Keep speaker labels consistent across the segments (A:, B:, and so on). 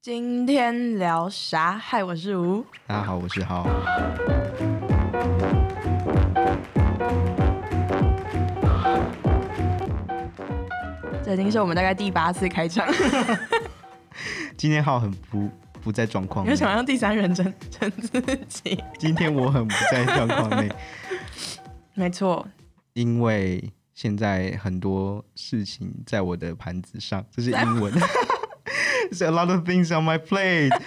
A: 今天聊啥？嗨，我是吴。
B: 大家好，我是浩。
A: 这已经是我们大概第八次开 场，
B: 今天浩很不不在状况
A: 你
B: 内
A: 为，什么用第三人称称自己？
B: 今天我很不在状况内，
A: 没错，
B: 因为现在很多事情在我的盘子上，这是 英文。There's a lot of things on my plate 。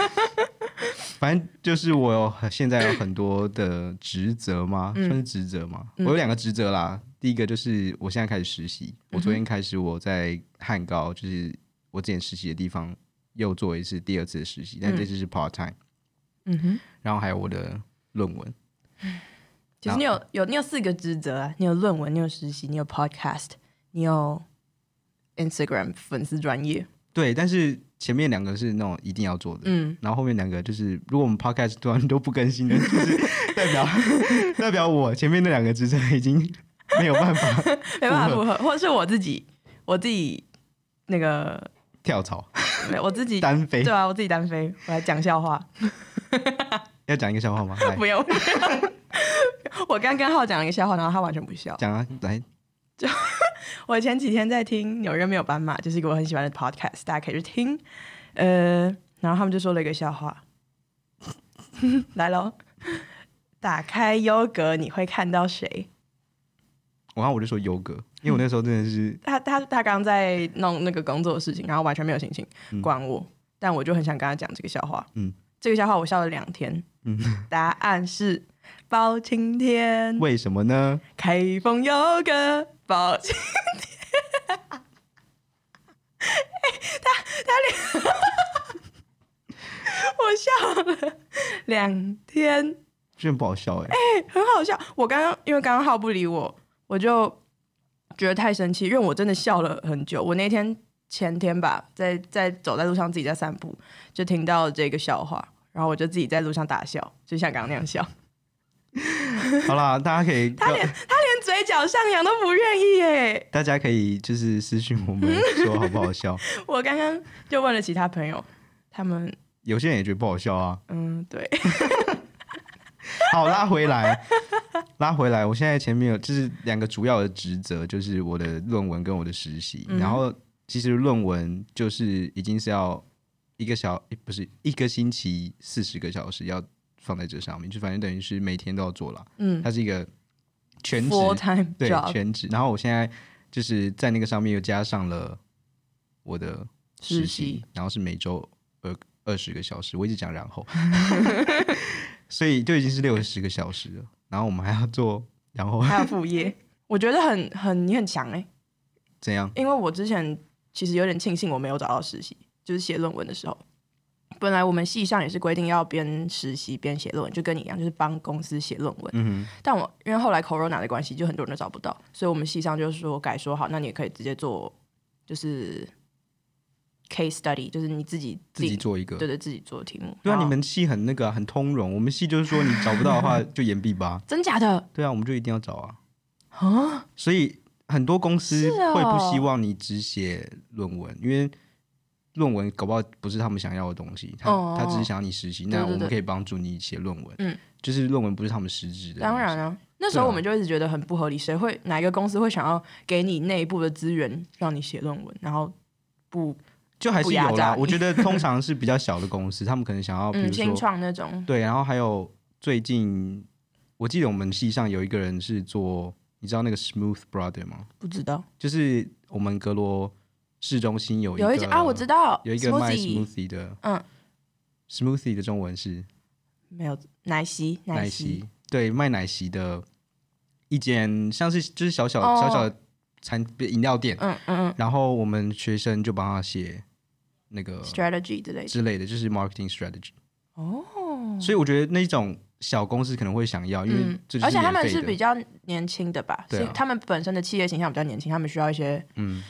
B: 反正就是我有很现在有很多的职责嘛，
A: 嗯
B: 算是职责嘛。我有两个职责啦，第一个就是我现在开始实
A: 嗯
B: 习，我昨天开始我在汉高，就是我之前实习的地方，又做一次第二次的实习，但这次是 part time。
A: 嗯哼，
B: 然后还有我的论文。
A: 其实你有有你有四个职责啊，你有论文，你有实习，你有 podcast，你有 Instagram 粉丝专业，
B: 对，但是前面两个是那种一定要做的，
A: 嗯，
B: 然后后面两个就是，如果我们 podcast 突然都不更新了，就是 代表代表我前面那两个职责已经没有办法
A: 没办法符合，或者是我自己，我自己那个，
B: 跳 槽
A: 没我自己
B: 单飞
A: 对。啊，我自己单飞，我来讲笑话。
B: 要讲一个笑 话吗？来
A: 不用，不用我刚跟浩讲了一个笑话，然后他完全不笑。
B: 讲啊，来，
A: 我前几天在听《纽约没有斑马》，就是一个我很喜欢的 podcast，大家可以去听。呃，然后他们就说了一个笑话， 来喽，打开优格你会看到谁？
B: 然后我就说优格，因为我那时候真的是
A: 他他他刚在弄那个工作的事情，然后完全没有心情管我，但我就很想跟他讲这个笑话。
B: 嗯
A: 这个笑话我笑了两天，
B: 嗯
A: 答案是包青天，
B: 为什么呢？
A: 开封优格包青天。 哎、他他 脸，我笑了两天，
B: 真的不好笑 哎、
A: 很好笑。我刚刚因为刚刚浩不理我，我就觉得太生气，因为我真的笑了很久。我那天前天吧，在在走在路上自己在散步，就听到这个笑话，然后我就自己在路上大笑，就像刚刚那样笑。
B: 好啦，大家可以，
A: 他连他连嘴角上扬都不愿意耶。
B: 大家可以就是私信我们说好不 好笑，
A: 我刚刚就问了其他朋友，他们
B: 有些人也觉得不好笑啊。
A: 嗯，对，
B: 好，拉回来，拉回来。我现在前面有就是两个主要的职责，就是我的论文跟我的实习。
A: 嗯
B: 然后其实论文就是已经是要一个小，诶不是一个星期四十个小时要放在这上面，就反正等于是每天都要做了。
A: 嗯
B: 它是一个全职
A: ，full time
B: 对
A: job
B: 全职。然后我现在就是在那个上面又加上了我的
A: 实
B: 实
A: 习
B: 习，然后是每周二二十个小时，我一直讲 然后，所以就已经是六十个小时了。然后我们还要做，然后
A: 还有副业，我觉得很很你很强哎，
B: 怎样？
A: 因为我之前其实有点庆幸我没有找到实习，就是写论文的时候。本来我们系上也是规定要边实习边写论文，就跟你一样，就是帮公司写论文。
B: 嗯
A: 但我因为后来 corona 的关系，就很多人都找不到，所以我们系上就是说改说好，那你也可以直接做，就是 case study，就是你自己
B: 自己做一个。
A: 对对自己做题目。
B: 对
A: 然
B: 啊，
A: 后
B: 你们系很那个啊、很通融。我们系就是说，你找不到的话就延 毕吧。
A: 真假的
B: 对啊，我们就一定要找啊。
A: 啊？
B: 所以很多公司
A: 是哦
B: 会不希望你只写论文，因为论文搞不好不是他们想要的东西，他、
A: 哦
B: 他只是想要你实习，
A: 对
B: 那
A: 对
B: 我们
A: 对
B: 可以帮助你写论文。
A: 嗯，
B: 就是论文不是他们实质的。
A: 当然，啊，那时候我们就一直觉得很不合理，谁会哪一个公司会想要给你内部的资源让你写论文，然后不
B: 就还
A: 不
B: 是
A: 压
B: 有
A: 榨
B: 啦。
A: 你
B: 我觉得通常是比较小的公司，他们可能想哦要，比
A: 嗯
B: 如
A: 新
B: 说、
A: 创那种
B: 对，然后还有最近我记得我们系上有一个人是做，你知道那个 Smooth Brother 吗？
A: 不知道
B: 就是我们格罗市中心有一
A: 有
B: 个
A: 一家啊，我知道
B: 有一个卖
A: smoothie
B: smoothie 的，
A: 嗯
B: ，smoothie 的中文是
A: 没有奶昔
B: 奶
A: 昔
B: 昔，对，卖奶昔的一间像是就是小小、
A: 哦
B: 小小的餐不是饮料店，
A: 嗯嗯嗯
B: 然后我们学生就帮他写那个
A: ，strategy 之类的
B: 之类的，就是 marketing strategy。
A: 哦，
B: 所以我觉得那种小公司可能会想要，因为
A: 嗯
B: 这，就
A: 而
B: 是
A: 且他
B: 免
A: 们
B: 费
A: 是
B: 的。
A: 比较年轻的吧，
B: 对啊
A: 是他们本身的企业形象比较年轻，他们需要一些
B: 嗯，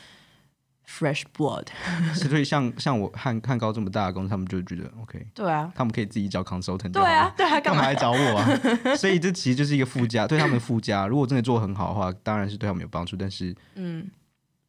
A: fresh blood，
B: 所以像像我汉汉高这么大的公司，他们就觉得 OK，
A: 对啊，
B: 他们可以自己找 consultant 就
A: 对
B: 好了
A: 啊，对啊，
B: 干
A: 干
B: 嘛
A: 嘛？
B: 来找我啊？ 所以这其实就是一个附加，对他们的附加。如果真的做得很好的话，当然是对他们有帮助。但是，
A: 嗯，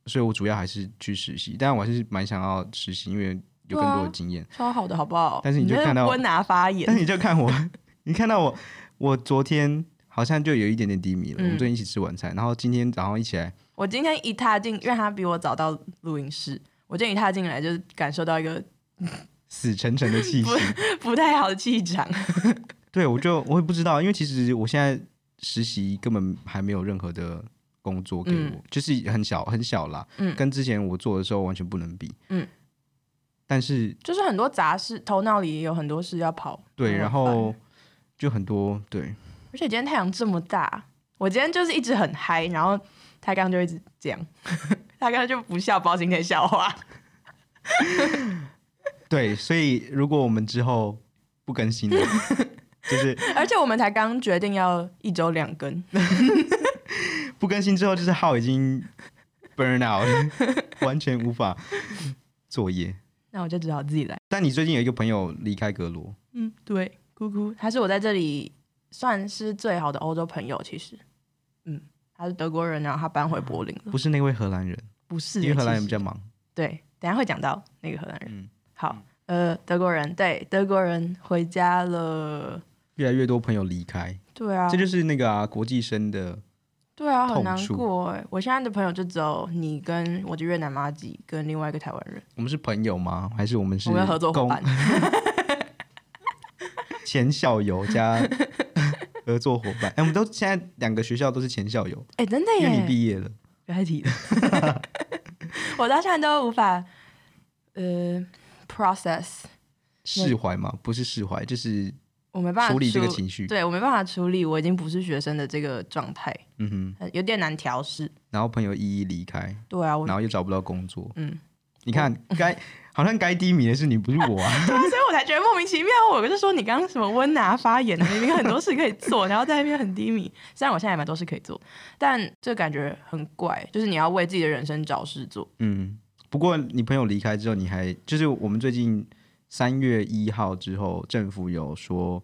B: 所以我主要还是去实习，但我还是蛮想要实习，因为有更多
A: 啊
B: 的经验。
A: 超好的好不好？
B: 但是你就
A: 这
B: 看到
A: 温拿发
B: 但是
A: 言，
B: 你就看我， 你看到我，我昨天好像就有一点点低迷了。
A: 嗯
B: 我们最近一起吃晚餐，然后今天早上一起来，
A: 我今天一踏进，因为他比我早到录音室，我今天一踏进来就是感受到一个
B: 死沉沉的气息。
A: 不太好的气场。
B: 对，我就我也不知道，因为其实我现在实习根本还没有任何的工作给我，
A: 嗯
B: 就是很小很小啦，
A: 嗯
B: 跟之前我做的时候完全不能比。
A: 嗯，
B: 但是
A: 就是很多杂事，头脑里也有很多事要跑。
B: 对，
A: 很烦
B: 然后就很多对，
A: 而且今天太阳这么大，我今天就是一直很嗨，然后他刚刚就一直这样， 他刚刚就不笑包今天笑话。
B: 对，所以如果我们之后不更新 了，就是
A: 而且我们才刚决定要一周两更，
B: 不更新之后，就是号已经 burn out，完全无法作业。
A: 那我就只好自己来。
B: 但你最近有一个朋友离开格罗，
A: 嗯，对，姑姑，他是我在这里算是最好的欧洲朋友，其实，嗯，他是德国人，然后他搬回柏林了，
B: 不是那位荷兰人，
A: 不是
B: 因
A: 耶，
B: 为荷兰
A: 其
B: 人
A: 实
B: 比较忙。
A: 对，等一下会讲到那个荷兰人。
B: 嗯
A: 好，呃，德国人，对，德国人回家了，
B: 越来越多朋友离开，
A: 对啊，
B: 这就是那个啊国际生的。
A: 对啊，
B: 痛
A: 很难
B: 处
A: 过哎。我现在的朋友就只有你跟我的越南妈吉跟另外一个台湾人，
B: 我们是朋友吗？还是我们是
A: 我们的合作伙
B: 公
A: 伴。
B: 前校友 加合作伙伴？哎、我们都现在两个学校都是前校友，
A: 哎、真的
B: 因为
A: 耶
B: 你！毕业了。
A: 不要再提了， 我到现在都无法呃 process，
B: 释怀嘛，不是释怀，就是
A: 我没办法
B: 处理这个情绪。
A: 对我没办法处理，我已经不是学生的这个状态，
B: 嗯哼，
A: 呃有点难调试。
B: 然后朋友一一离开，
A: 对啊，我
B: 然后又找不到工作。
A: 嗯，
B: 你看，该 好像该低迷的是你，不是我 啊。
A: 对啊，所以我才觉得莫名其妙。我就说你刚刚什么温拿发言啊，明明很多事可以做，然后在那边很低迷。虽然我现在也蛮多事可以做，但这感觉很怪，就是你要为自己的人生找事做。
B: 嗯，不过你朋友离开之后，你还就是我们最近三月一号之后，政府有说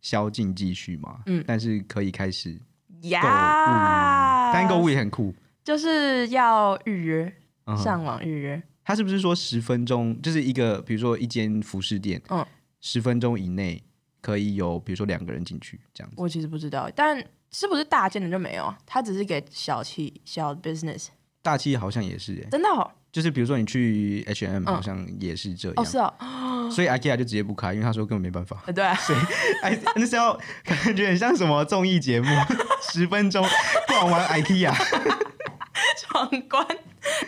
B: 宵禁继续嘛，
A: 嗯
B: 但是可以开始购物，
A: 呀，
B: 但购物也很酷。
A: 就是要预约，
B: 嗯哼
A: 上网预约。
B: 他是不是说十分钟就是一个，比如说一间服饰店，
A: 嗯，
B: 十分钟以内可以有，比如说两个人进去这样子。
A: 我其实不知道，但是不是大件的就没有啊？它只是给小企小 business，
B: 大气好像也是、欸，
A: 真的哦，
B: 就是比如说你去 H M
A: 嗯
B: 好像也是这样，
A: 哦是哦，
B: 所以 IKEA 就直接不开，因为他说根本没办法。
A: 呃对啊，
B: 哎，那时候感觉很像什么综艺节目， 十分钟逛完 IKEA，
A: 闯关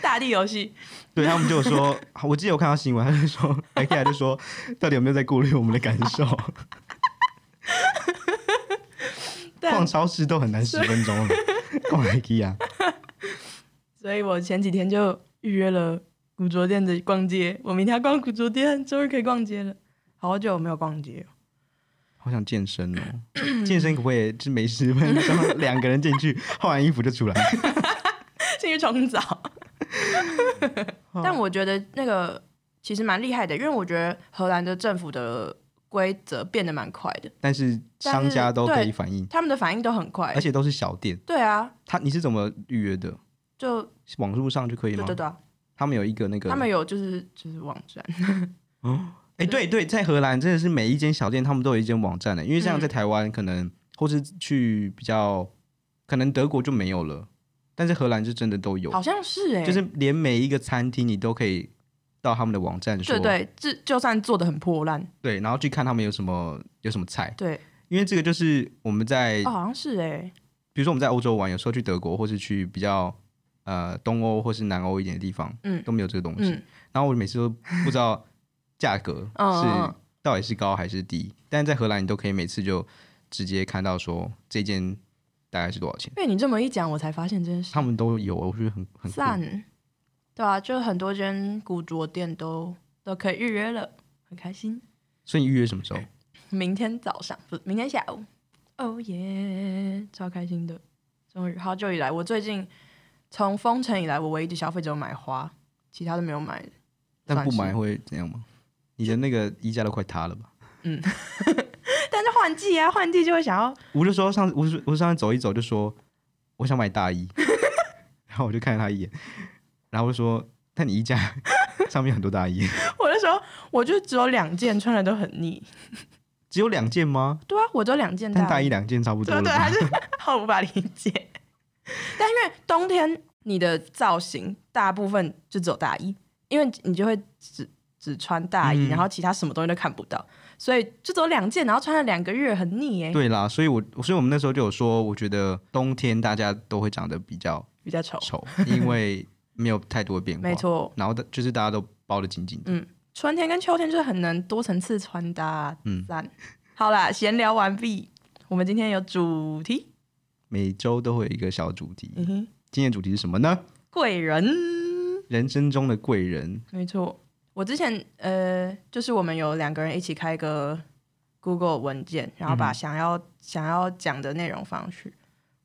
A: 大地游戏，
B: 对他们就有说， 我记得我看到新闻，他就说 IKEA 就说到底有没有在顾虑我们的感受？
A: 但
B: 逛超市都很难十分钟了， 逛 IKEA
A: 所以我前几天就预约了古着店的逛街，我明天要逛古着店，终于可以逛街了。好久没有逛 街哦，
B: 好想健身哦，
A: 嗯
B: 健身可不可以就每十分 钟两个人进去，换完衣服就出来？
A: 进去冲 澡。但我觉得那个其实蛮厉害的，因为我觉得荷兰的政府的规则变得蛮快的，
B: 但是商家都可以反应，
A: 他们的反应都很快
B: 而。且都是小店。
A: 对啊，
B: 他你是怎么预约的？
A: 就
B: 网络上就可以
A: 对
B: 吗？
A: 对对啊、
B: 他们有一个那个，
A: 他们有就是就是网站，
B: 哎、对对，在荷兰真的是每一间小店他们都有一间网站的，因为像
A: 嗯
B: 在台湾可能、或是去比较，可能德国就没有了，但是荷兰是真的都有，
A: 好像是哎、
B: 就是连每一个餐厅你都可以到他们的网站说
A: 对对，就就算做的很破烂，
B: 对然后去看他们有什么有什么菜，
A: 对，
B: 因为这个就是我们在、
A: 哦好像是哎、
B: 比如说我们在欧洲玩，有时候去德国或是去比较呃东欧或是南欧一点的地方，
A: 嗯
B: 都没有这个东西，
A: 嗯，
B: 然后我每次都不知道价格
A: 嗯嗯
B: 是
A: 嗯
B: 到底是高还是低，但是在荷兰你都可以每次就直接看到说这件大概是多少钱，
A: 被你这么一讲，我才发现这件事。
B: 他们都有，我觉得很很酷。
A: 赞，对啊，就很多间古着店都都可以预约了，很开心。
B: 所以你预约什么时候？
A: 明天早上不，明天下午，哦耶，超开心的！终于好久以来，我最近从封城以来，我唯一的消费只有买花，其他都没有买。
B: 但不
A: 算是
B: 买会怎样吗？你的那个衣架都快塌了吧？
A: 但是换季啊，换季就会想要
B: 我就说上次，我就我上次走一走就说我想买大 衣，然后我就看了他一眼，然后我就说，但你衣架 上面有很多大衣，
A: 我就说，我就只有两件穿的都很腻。
B: 只有两件吗？
A: 对啊，我只有两件
B: 但大
A: 衣
B: 衣两件差不多
A: 对
B: 了
A: 对，啊
B: 吧
A: 还是好无法理解。但因为冬天你的造型大部分就只有大衣，因为你就会只只穿大衣，
B: 嗯
A: 然后其他什么东西都看不到，所以就只有两件，然后穿了两个月，很腻哎、
B: 对啦，所以我所以我们那时候就有说，我觉得冬天大家都会长得比较
A: 比较丑。
B: 丑，因为没有太多的变化。
A: 没，错，
B: 然后的就是大家都包的紧紧的。
A: 春天跟秋天就是很能多层次穿搭，
B: 嗯
A: 赞。好啦，闲聊完毕，我们今天有主题，
B: 每周都会有一个小主题，
A: 嗯哼，
B: 今天的主题是什么呢？
A: 贵人。
B: 人生中的贵人，
A: 没错，我之前呃，就是我们有两个人一起开一个 Google 文件，然后
B: 嗯
A: 把想要、想要讲的内容放上去。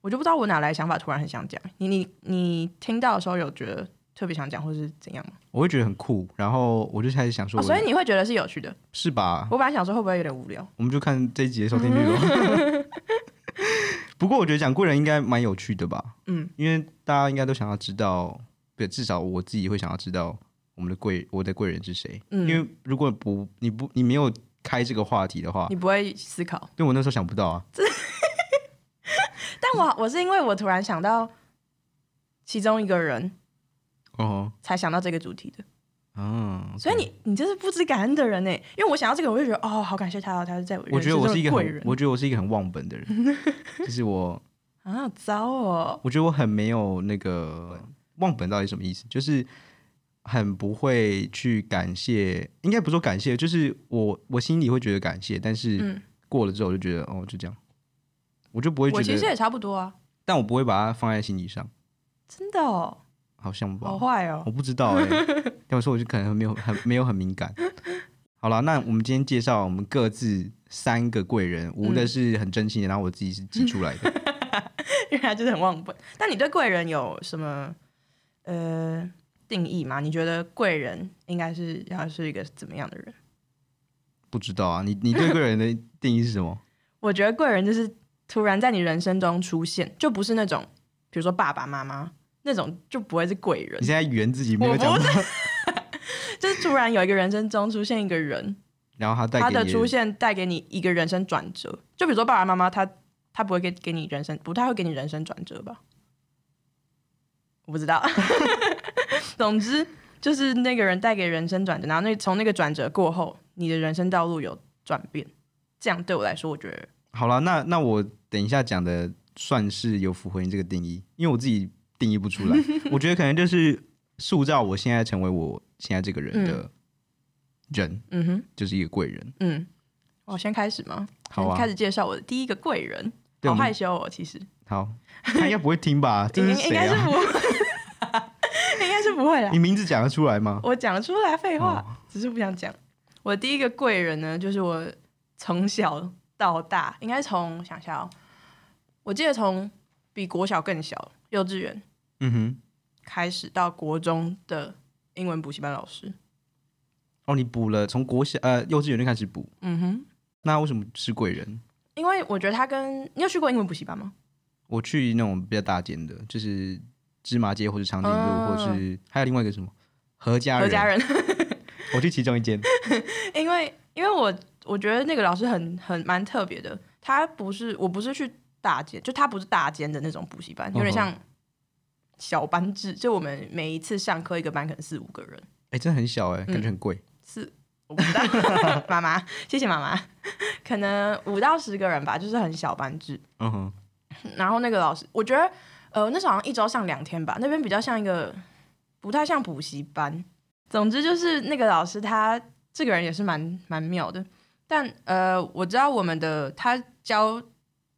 A: 我就不知道我哪来想法，突然很想讲。你你你听到的时候有觉得特别想讲，或是怎样吗？
B: 我会觉得很酷，然后我就开始想说
A: 哦，
B: 我，
A: 所以你会觉得是有趣的。
B: 是吧？
A: 我本来想说会不会有点无聊，
B: 我们就看这一集的收听率咯。 不过我觉得讲贵人应该蛮有趣的吧，
A: 嗯，
B: 因为大家应该都想要知道，对，至少我自己会想要知道我们的贵我的贵人是谁，
A: 嗯
B: 因为如果不你不你没有开这个话题的话
A: 你，不会思考。
B: 对我那时候想不到啊，
A: 但我我是因为我突然想到其中一个人，
B: 哦，
A: 才想到这个主题的。
B: 嗯，
A: 所以你你就是不知感恩的人呢，因为我想到这个，我就觉得哦，好感谢他哦，他是在我
B: 我觉得我是一个
A: 人生中的贵
B: 很
A: 人，
B: 我觉得我是一个很忘本 的人，就是我
A: 啊，好糟哦，
B: 我觉得我很没有那个忘本到底什么意思，就是很不会去感谢，应该不是说感谢，就是我我心里会觉得感谢，但是
A: 嗯
B: 过了之后我就觉得哦就这样，我就不会
A: 我其
B: 觉
A: 实
B: 得，
A: 也差不多啊，
B: 但我不会把它放在心理上，
A: 真的哦，
B: 好像吧，
A: 好坏哦
B: 我，不知道哎、要我说我就可能没有很没有很敏感。好了，那我们今天介绍我们各自三个贵人，吴
A: 嗯
B: 的是很真心的，然后我自己是记出来的。
A: 原来就是很忘本。但你对贵人有什么呃定义吗？你觉得贵人应该是要是一个怎么样的人？
B: 不知道啊，你你对贵人的定义是什么？
A: 我觉得贵人就是突然在你人生中出现，就不是那种比如说爸爸妈妈那种，就不会是贵人
B: 你，现在圆自己没有
A: 我
B: 讲
A: 不
B: 到，
A: 就是突然有一个人生中出现一个人，
B: 然后他带
A: 他
B: 给
A: 的
B: 你
A: 出现带给你一个人生转折。就比如说爸爸妈妈，他他不会给给你人生，不太会给你人生转折吧？我不知道。 总之就是那个人带给人生转折，然后那从那个转折过后，你的人生道路有转变。这样对我来说，我觉得
B: 好了，那那我等一下讲的算是有符合你这个定义，因为我自己定义不出 来。我觉得可能就是塑造我现在成为我现在这个人的人，
A: 嗯哼，
B: 就是一个贵人。
A: 嗯，我先开始吗？
B: 好啊
A: 嗯开始介绍我的第一个贵人。
B: 对
A: 好
B: 我们
A: 害羞哦，其实
B: 好，他应该不会 听吧？这
A: 应
B: 是
A: 应
B: 谁
A: 该是
B: 啊？
A: 不会， 应该是不会啦
B: 你。名字讲得出来吗？
A: 我讲得出来废话，只是不想讲。我的第一个贵人呢，就是我从小到大，应该从想一下哦，我记得从比国小更小，幼稚园
B: 嗯哼，
A: 开始到国中的英文补习班老师。
B: 哦，你补了，从国小呃幼稚园就开始补，
A: 嗯哼，
B: 那为什么是贵人？
A: 因为我觉得他跟你有去过英文补习班吗？
B: 我去那种比较大间的，就是芝麻街或是长颈鹿，
A: 嗯
B: 或是还有另外一个什么何家
A: 何
B: 人，
A: 家人，
B: 我去其中一间。
A: 因为因为我我觉得那个老师很很蛮特别的，他不是我不是去大间，就他不是大间的那种补习班，有点
B: 嗯哼
A: 像小班制，就我们每一次上课一个班可能四五个人，
B: 哎、真的很小哎、
A: 嗯
B: 感觉很贵。
A: 四我不知道， 妈妈谢谢妈妈， 可能五到十个人吧，就是很小班制。
B: 嗯哼，
A: 然后那个老师，我觉得呃那时候好像一周上两天吧，那边比较像一个不太像补习班。总之就是那个老师他这个人也是蛮蛮妙的，但呃我知道我们的他教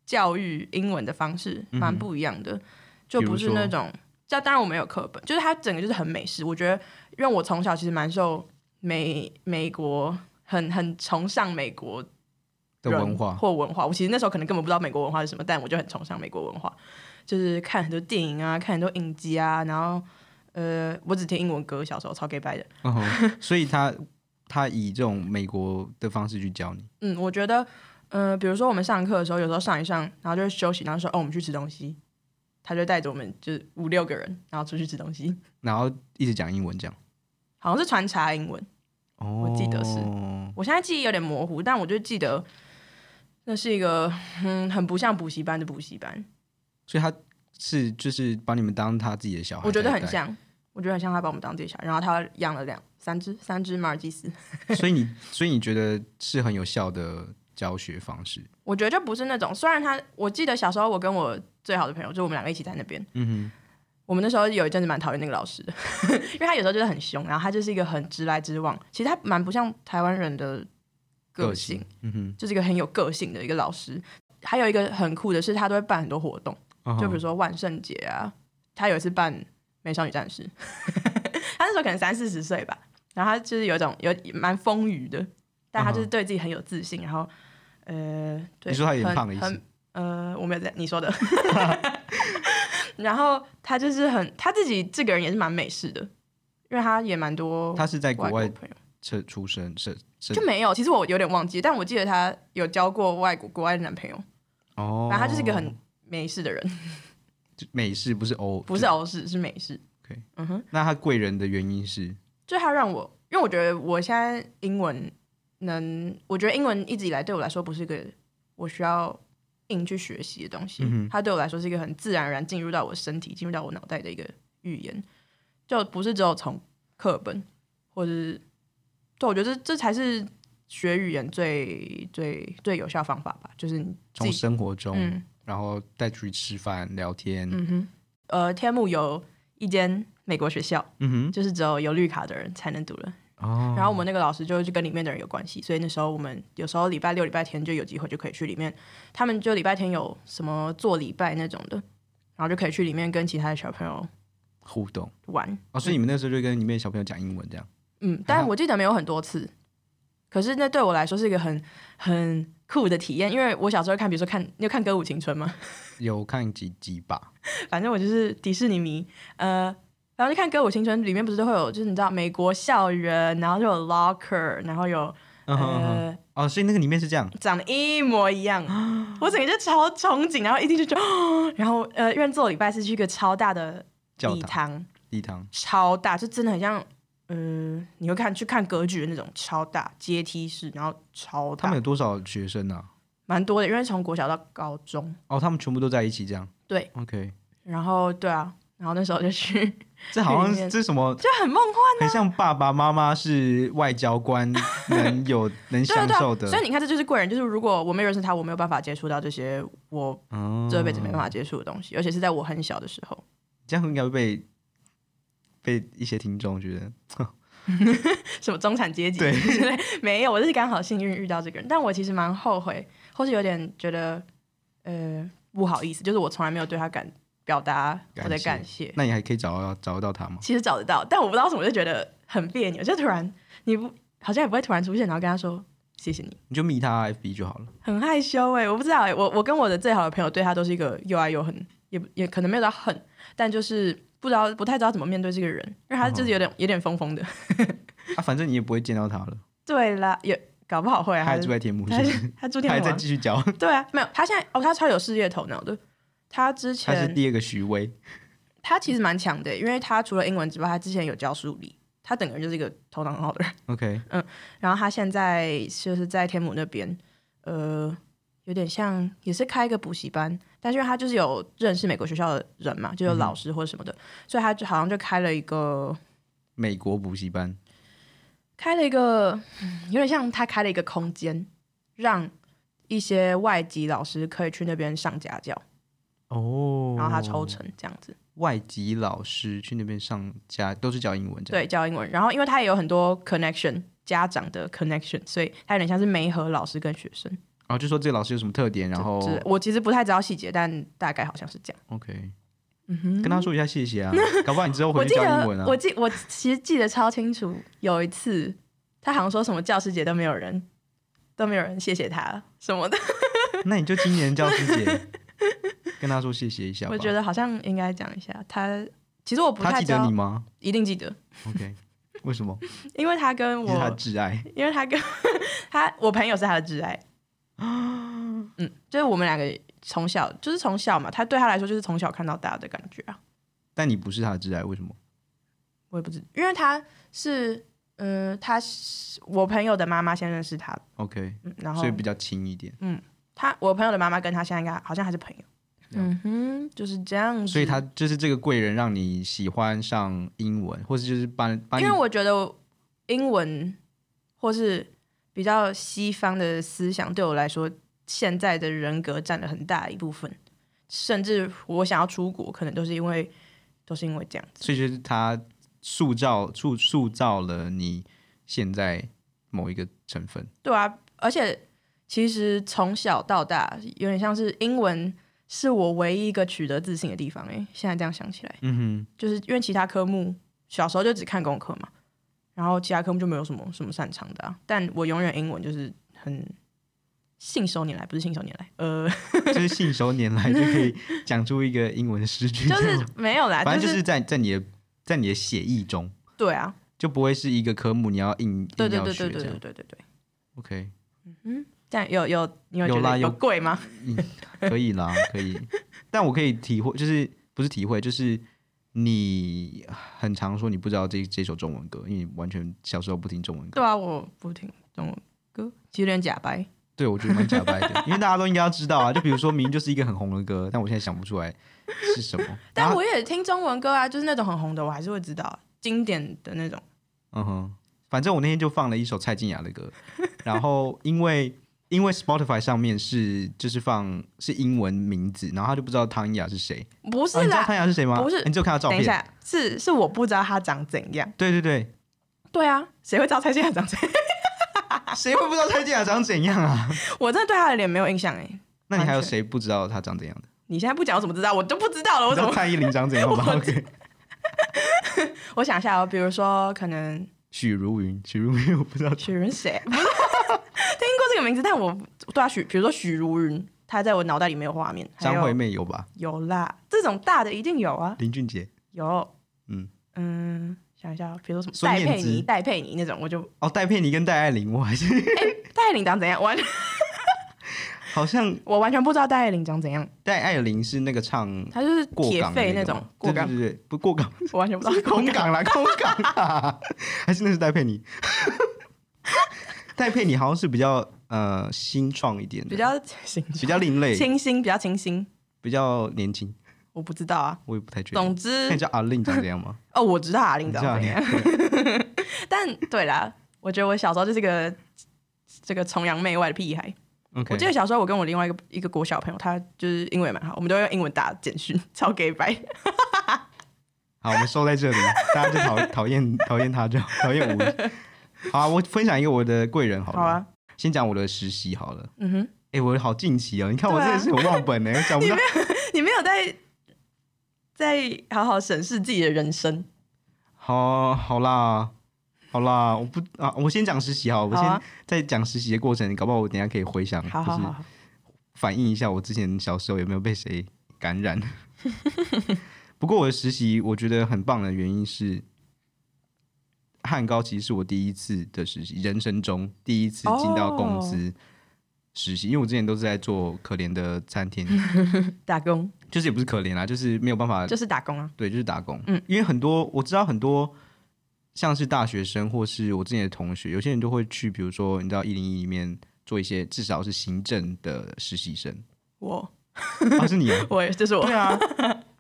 A: 教育英文的方式
B: 嗯哼
A: 蛮不一样的，就
B: 比如
A: 不是
B: 说
A: 那种。这当然我们有课本，就是他整个就是很美式。我觉得，因为我从小其实蛮受美美国很很崇尚美国
B: 的
A: 人
B: 文化，
A: 或文化。我其实那时候可能根本不知道美国文化是什么，但我就很崇尚美国文化，就是看很多电影啊，看很多影集啊，然后呃，我只听英文歌，小时候超 gay 白的。
B: 嗯哼，所以他他以这种美国的方式去教你。
A: 嗯，我觉得，呃，比如说我们上课的时候，有时候上一上，然后就会休息，然后说哦，我们去吃东西，他就带着我们就是五六个人，然后出去吃东西，
B: 然后一直讲英文这样，
A: 好像是穿插英文。
B: 哦，
A: 记得是我现在记忆有点模糊，但我就记得那是一个嗯，很不像补习班的补习班，
B: 所以他是就是把你们当他自己的小孩，
A: 我觉得很。像，我觉得很像他把我们当自己小孩，然后他养了两三只三只马尔济斯，
B: 所以你所以你觉得是很有效的教学方式？
A: 我觉得就不是那种，虽然他我记得小时候我跟我最好的朋友，就我们两个一起在那边，
B: 嗯
A: 我们那时候有一阵子蛮讨厌那个老师的， 因为他有时候就是很凶，然后他就是一个很直来直往，其实他蛮不像台湾人的
B: 哼，
A: 个性，，
B: 嗯
A: 就是一个很有个性的一个老师。还有一个很酷的是，他都会办很多活动，
B: 嗯哼，
A: 就比如
B: 说
A: 说万圣节啊，他有一次办美少女战士， 他那时候可能三四十岁吧，然后他就是有一种有蛮丰腴的，但他就是对自己很有自信，然后呃，对，
B: 嗯你说他有点
A: 很
B: 胖的意思
A: 很呃，我没有在你 说的。然后他就是很他自己这个人也是蛮美式的，因为他也蛮多
B: 他是在国
A: 外
B: 外
A: 国朋友。
B: 出出生，是是
A: 就没有，其实我有点忘记，但我记得他有交过外国国外的男朋友，
B: 哦，
A: 反正他就是一个很美式的人，
B: 就美式，不是欧，
A: 不是欧式，是美式。
B: OK
A: 嗯哼，
B: 那他贵人的原因是，
A: 就他让我，因为我觉得我现在英文能，我觉得英文一直以来对我来说不是一个我需要硬去学习的东西，
B: 嗯哼
A: 它对我来说是一个很自然而然进入到我身体、进入到我脑袋的一个语言，就不是只有从课本或者是，对我觉得这这才是学语言最最最有效方法吧，就是你自
B: 从
A: 己
B: 生活中，
A: 嗯
B: 然后带出去吃饭聊天，
A: 嗯哼，呃，天幕有一间美国学校，
B: 嗯
A: 就是只有有绿卡的人才能读了。
B: 哼，哦，
A: 然后我们那个老师就是跟里面的人有关系，所以那时候我们有时候礼拜六、礼拜天就有机会就可以去里面。他们就礼拜天有什么做礼拜那种的，然后就可以去里面跟其他的小朋友
B: 互动，
A: 玩。
B: 哦，所以你们那时候就跟里面小朋友讲英文这样，
A: 嗯，
B: 还
A: 但
B: 好
A: 我记得没有很多次，可是那对我来说是一个很很酷的体验，因为我小时候看，比如说看，你有看《歌舞青春》吗？
B: 有看几集吧？
A: 反正我就是迪士尼迷，呃，然后就看《歌舞青春》里面不是都会有，就是你知道美国校园，然后就有 locker，然后有
B: 嗯哼嗯哼
A: 呃
B: 哦，所以那个里面是这样，
A: 长得一模一 样，我整个就超憧憬，然后一进去就， 然后呃，因为做礼拜是去一个超大的
B: 教
A: 礼
B: 堂
A: 堂，
B: 礼堂，
A: 超大，就真的很像。呃，你会看去看格局的那种超大阶梯式，然后超
B: 他们
A: 大
B: 有，多少学生啊？
A: 蛮多的，因为从国小到高中，
B: 哦，他们全部都在一起这样，
A: 对
B: ，OK，
A: 然后对啊，然后那时候就去，
B: 这好
A: 里
B: 像
A: 面
B: 这什么
A: 就很梦幻。
B: 很像爸爸妈妈是外 交官能有能
A: 对啊
B: 享
A: 对啊
B: 受的，
A: 所以你看，这就是贵人，就是如果我没有认识他，我没有办法接触到这些我
B: 哦
A: 这辈子没办法接触的东西，而且是在我很小的时候。
B: 这样应该会被被一些听众觉得，
A: 什么中产阶级
B: 对
A: 之类，没有，我就是刚好幸运遇到这个人，但我其实蛮后悔，或是有点觉得呃不好意思，就是我从来没有对他感表达我的感
B: 感
A: 谢。
B: 那你还可以找到找得到他吗？
A: 其实找得到，但我不知道为什么，我就觉得很别扭，就突然你不好像也不会突然出现，然后跟他说谢谢你，
B: 你就密他 FB 就好了。
A: 很害羞哎、我不知道哎、我我跟我的最好的朋友对他都是一个又爱又恨，也不也可能没有到恨，但就是不知道不太知道怎么面对这个人，因为他
B: 嗯
A: 就是有点、有点疯疯的。
B: 啊，反正你也不会见到他了，
A: 对啦，也搞不好会啊，
B: 他还
A: 他
B: 住在天母，
A: 他
B: 是不是
A: 他住
B: 他
A: 天啊
B: 还
A: 王
B: 在继续教，
A: 对啊，没有，他现在哦，他超有事业头脑的。他之
B: 他是
A: 前
B: 第二个徐威，
A: 他其实蛮强的，因为他除了英文之外，他之前有教数理，他整个人就是一个头脑很好的人。
B: OK，
A: 然后他现在就是在天母那边，呃，有点像也是开一个补习班，但是因为他就是有认识美国学校的人嘛，就
B: 嗯
A: 有老师或者什么的，所以他就好像就开了一个
B: 美国补习班，
A: 开了一个，嗯有点像他开了一个空间，让一些外籍老师可以去那边上家教，
B: 哦
A: 然后他抽成这样子。
B: 外籍老师去那边上家都是教英文这样，
A: 对，教英文。然后因为他也有很多 connection，家长的 connection，所以他有点像是媒合老师跟学生。
B: 然哦后就说这个老师有什么特点，然后
A: 就是我其实不太知道细节，但大概好像是这样。
B: OK，
A: 嗯哼，
B: 跟他说一下谢谢啊， 搞不好你之后
A: 我
B: 回
A: 记
B: 去教英
A: 得
B: 文啊，
A: 我记我其实记得超清楚，有一次他好像说什么教师节都没有人都没有人谢谢他什么的，
B: 那你就今年教师 节跟他说谢谢一下吧。
A: 我觉得好像应该讲一下他。其实我不
B: 他
A: 太
B: 记
A: 知
B: 得
A: 道
B: 你，吗
A: 一定记得，
B: ？OK，为什 么？
A: 因为他跟
B: 你是他
A: 我，
B: 挚爱，
A: 因为他跟 他我朋友是他的挚爱， 嗯，就是我们两个从小就是从小嘛，他对他来说就是从小看到大的感觉啊。
B: 但你不是他的挚爱，为什么？
A: 我也不知，因为他是嗯、他是我朋友的妈妈先认识他，
B: OK，
A: 嗯然后
B: 所以比较轻一点，
A: 他我朋友的妈妈跟他现在应该好像还是朋友。嗯哼，就是这样子。
B: 所以他就是这个贵人让你喜欢上英文，或是就是把把你
A: 因为我觉得英文或是比较西方的思想，对我来说，现在的人格占了很大一部分。甚至我想要出国，可能都是因为都是因为这样子。
B: 所以就是他塑造塑塑造了你现在某一个成分。
A: 对啊，而且其实从小到大，有点像是英文是我唯一一个取得自信的地方、欸。诶，现在这样想起来，
B: 嗯
A: 就是因为其他科目小时候就只看功课嘛，然后其他科目就没有什么什么擅长的、啊。但我永远英文就是很信手拈来，不是信手拈来，呃，
B: 哼，就是信手拈来就可以讲出一个英文的诗句，
A: 就
B: 这
A: 是
B: 样
A: 没有啦，
B: 反正
A: 啊就
B: 就是在在你的在你的写意中，
A: 对啊，
B: 就不会是一个科目你要硬硬
A: 对对
B: 要
A: 对
B: 学
A: 对对
B: 这
A: 对
B: 样。
A: 对对对。
B: OK，
A: 但有有你会
B: 有
A: 觉
B: 啦
A: 得
B: 有
A: 有贵吗？
B: 可以啦，可以。但我可以体会，就是不是体会，就是你很常说你不知道这这首中文歌，因为你完全小时候不听中文歌。
A: 对啊，我不听中文歌，其实有点假白。
B: 对，我觉得蛮假掰的，因为大家都应该要知道啊。就比如说，明明就是一个很红的歌，但我现在想不出来是什么。然
A: 但
B: 后
A: 我也听中文歌啊，就是那种很红的，我还是会知道经典的那种。
B: 嗯哼，反正我那天就放了一首蔡健雅 的歌，然后因为因为 Spotify 上面是就是放是英文名字，然后他就不知道汤雅是谁。
A: 不是
B: 哦你知道
A: 啦，
B: 汤雅是谁吗？
A: 不是
B: 哎你只有看到照
A: 等一
B: 片。
A: 下，是是我不知道他长怎样。
B: 对对对，
A: 对啊，谁会知道蔡健雅长怎样？
B: 谁会不知道蔡健雅长怎样啊？
A: 我真的对他的脸没有印象哎、
B: 那你还有
A: 完全
B: 谁不知道她长怎样的？
A: 你现在不讲我怎么知道？我都不知道了，我
B: 你知
A: 怎
B: 道
A: 么？
B: 蔡依林长 怎样吗？OK，
A: 我想一下哦，比如说可能
B: 许茹芸，许茹芸我不知道。
A: 许茹 谁？不是听过这个名字，但我对啊许，比如说许茹芸，她在我脑袋里没有画面。还
B: 张
A: 有
B: 惠妹有吧？
A: 有啦，这种大的一定有啊，
B: 林俊杰。
A: 有。
B: 嗯
A: 嗯，想一下哦，比如说什
B: 孙
A: 么戴
B: 燕
A: 佩
B: 姿
A: 妮、戴佩妮那种，我就
B: 哦，戴佩妮跟戴爱玲，我还是
A: 戴爱玲长怎样，完全
B: 好像
A: 我完全不知道戴爱玲长怎样，
B: 戴爱玲是那个唱
A: 她就是
B: 过
A: 铁
B: 港的
A: 肺
B: 那
A: 那
B: 个
A: 种
B: 吗
A: 过港
B: 对，对对，对不过港，
A: 我完全不知道。
B: 空港啦，空港啦，还是那是戴佩妮。 戴佩妮好像是比较呃新创一点的，
A: 比较行
B: 比较另类，
A: 清新，比较清新，
B: 比较年轻，
A: 我不知道啊。
B: 我也不太确定。
A: 总之
B: 那你，知道阿令长这 样吗？
A: 哦，我知道阿
B: 你
A: 玲
B: 知
A: 长
B: 道阿
A: 怎
B: 令
A: 样，但对啦，我觉得我小时候就是个这个崇洋媚外的屁孩。我记
B: ？OK，
A: 得小时候我跟我另外一个一个国小朋友，他就是英文也蛮好，我们都会用英文打简讯，超 gay 白。
B: 好，我们收在这里，大家就讨 讨厌讨厌他就好讨厌我。好啊，我分享一个我的贵人好了，
A: 好啊，
B: 先讲我的实习好了。
A: 嗯哼，
B: 哎、我好近期哦，你看我
A: 对
B: 真
A: 啊
B: 的是有忘本呢、我讲不到。
A: 你没有在在好好审视自己的人生，
B: 好，好啦，好啦，我不啊，我先讲实习好了，我
A: 好
B: 先
A: 啊
B: 在讲实习的过程，搞不好我等一下可以回想，
A: 好好
B: 就是
A: 好，好
B: 反映一下我之前小时候有没有被谁感染。不过我的实习我觉得很棒的原因是，汉高其实是我第一次的实习，人生中第一次进到公
A: 哦
B: 司实习，因为我之前都是在做可怜的餐厅，
A: 打工
B: 就是也不是可怜啦，就是没有办法
A: 就是打工啊，
B: 对，就是打工。
A: 嗯
B: 因为很多我知道很多像是大学生或是我之前的同学，有些人就会去，比如说你知道一零一里面做一些至少是行政的实习生，
A: 我
B: 啊是
A: ？
B: 你、啊
A: 我也就是我
B: 对，啊，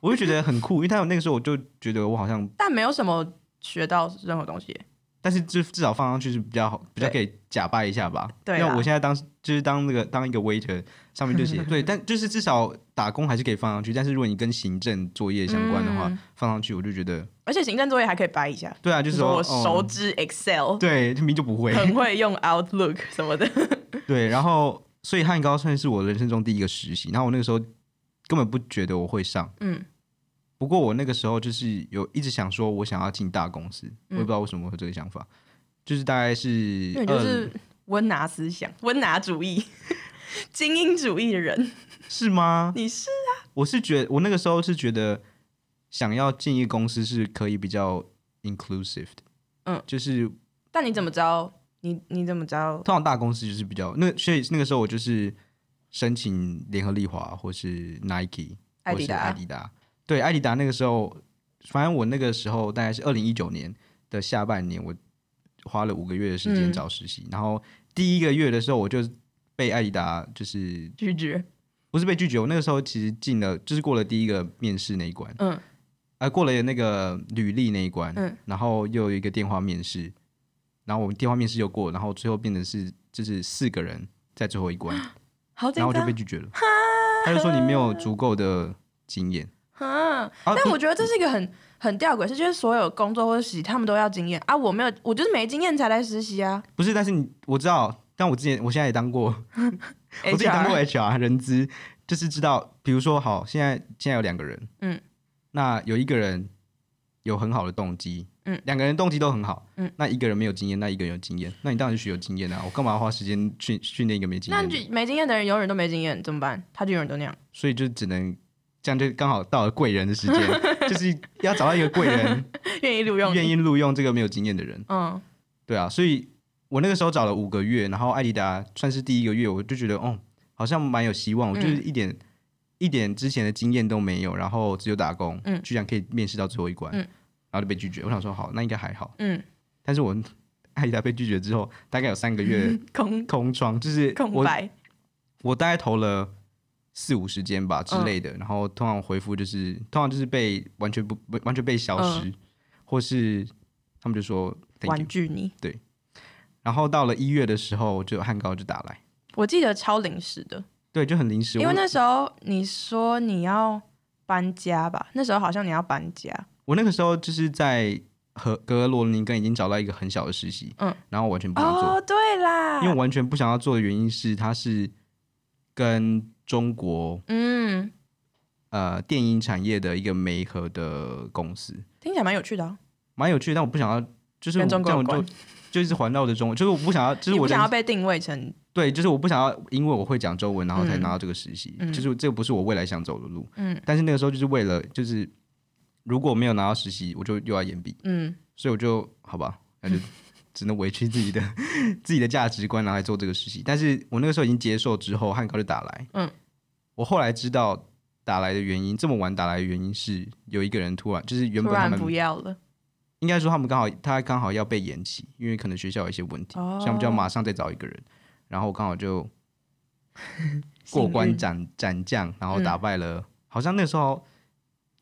B: 我就觉得很酷，因为他有那个时候我就觉得我好像，
A: 但没有什么学到任何东西，
B: 但是至至少放上去是比较好，比较可以假扮一下吧。
A: 对
B: 那
A: 啦
B: 我现在当就是当那个当一个 waiter，上面 就写对，但就是至少打工还是可以放上去，但是如果你跟行政作业相关的话，
A: 嗯
B: 放上去我就觉得。
A: 而且行政作业还可以掰一下，
B: 对啊，就是
A: 说我
B: 哦
A: 熟知 Excel，、
B: 对，明明就 不会，
A: 很会用 Outlook 什么的，
B: 对，然后所以汉高算是我人生中第一个实习，然后我那个时候根本不觉得我会上，
A: 嗯，
B: 不过我那个时候就是有一直想说我想要进大公司，我也不知道为什么会有这个想法，就是大概是
A: 嗯因为你
B: 二
A: 就是温拿思想、温拿主义、 精英主义的人，
B: 是吗？
A: 你是
B: 我是觉我那个时候是觉得想要进一个公司是可以比较 inclusive 的，
A: 嗯，
B: 就是
A: 但你怎么知道？你你怎么知道？
B: 通常大公司就是比较那所以那个时候我就是申请联合利华或是 Nike
A: 艾
B: 或
A: 迪
B: 是
A: 达
B: 艾迪达，对，艾迪达那个时候，反正我那个时候大概是二零一九年的下半年，我花了五个月的时间
A: 嗯
B: 找实习，然后第一个月的时候我就被艾迪达就是
A: 拒绝，
B: 不是被拒绝，我那个时候其实进了，就是过了第一个面试那一关，
A: 嗯，
B: 啊，过了那个履历那一关，
A: 嗯
B: 然后又有一个电话面试，然后我们电话面试又过，然后最后变成是就是四个人在最后一关，
A: 啊好紧
B: 然后我就
A: 张
B: 被拒绝了，他就说你没有足够的经验，
A: 啊！
B: 啊
A: 但我觉得这是一个很很吊诡，是就是所有工作或者实习他们都要经验啊，我没有，我就是没经验才来实习啊。
B: 不是，但是你我知道，但我之前我现在也当过，我自己当过
A: HR
B: HR 人资，就是知道，比如说好，现在现在有两个人，
A: 嗯，
B: 那有一个人有很好的动机，
A: 嗯，
B: 两个人动机都很好，
A: 嗯，
B: 那一个人没有经验，那一个人有经验，那你当然是有经验啊，我干嘛要花时间训训练一个没经
A: 那
B: 验
A: 就
B: 的？
A: 没经验的人永远都没经验，怎么办？他就永远都那样。
B: 所以就只能这样，就刚好到了贵人的时 间，就是要找到一个贵人，
A: 愿意录用你，
B: 愿意录用这个没有经验的人。
A: 嗯
B: 对啊，所以我那个时候找了五个月，然后艾迪达算是第一个月，我就觉得哦，好像蛮有希望，我
A: 嗯
B: 就是一点、一点之前的经验都没有，然后只有打工，
A: 嗯
B: 居然可以面试到最后一关，
A: 嗯
B: 然后就被拒绝。我想说好，那应该还好，
A: 嗯，
B: 但是我艾迪达被拒绝之后，大概有三 个月
A: 空
B: 空窗，就是
A: 空
B: 我
A: 白，
B: 我大概投了。四五十间吧之
A: 嗯
B: 类的，然后通常回复就是，通常就是被完全不不完全被消失，
A: 嗯
B: 或是他们就说 thank you，
A: 婉拒你。
B: 然后到了一月的时候，就汉高就打来，
A: 我记得超临时的，
B: 对，就很临时。
A: 因为
B: 我
A: 那时候你说你要搬家吧，那时候好像你要搬家，
B: 我那个时候就是在和格罗宁根已经找到一个很小的实习，
A: 嗯，
B: 然后完全不想做，
A: 哦，对啦，
B: 因为我完全不想要做的原因是它是跟中国
A: 嗯，
B: 呃电影产业的一个媒合的公司，
A: 听起来蛮有趣的、啊，
B: 蛮有趣的，但我不想要。就是
A: 跟中国
B: 这样
A: 有
B: 我
A: 关
B: 就就是环绕着中国，就是我不想要，就是
A: 你
B: 我
A: 不
B: 的
A: 想要被定位成
B: 对，就是我不想要，因为我会讲中文，然后才
A: 嗯
B: 拿到这个实习，
A: 嗯
B: 就是这不是我未来想走的路。
A: 嗯
B: 但是那个时候就是为了，就是如果没有拿到实习，我就又要延毕，
A: 嗯
B: 所以我就好吧，那就 只能委屈自己的自己的价值观，然后来做这个实习。但是我那个时候已经接受之后，汉高就打来，
A: 嗯，
B: 我后来知道打来的原因，这么晚打来的原因是有一个人突然就是原
A: 突
B: 本他
A: 然不
B: 们
A: 要了，
B: 应该说他们刚好他刚好要被延期，因为可能学校有一些问题，
A: 哦
B: 所以我们就要马上再找一个人，然后我刚好 就过关斩斩将，
A: 嗯
B: 然后打败了，好像那时候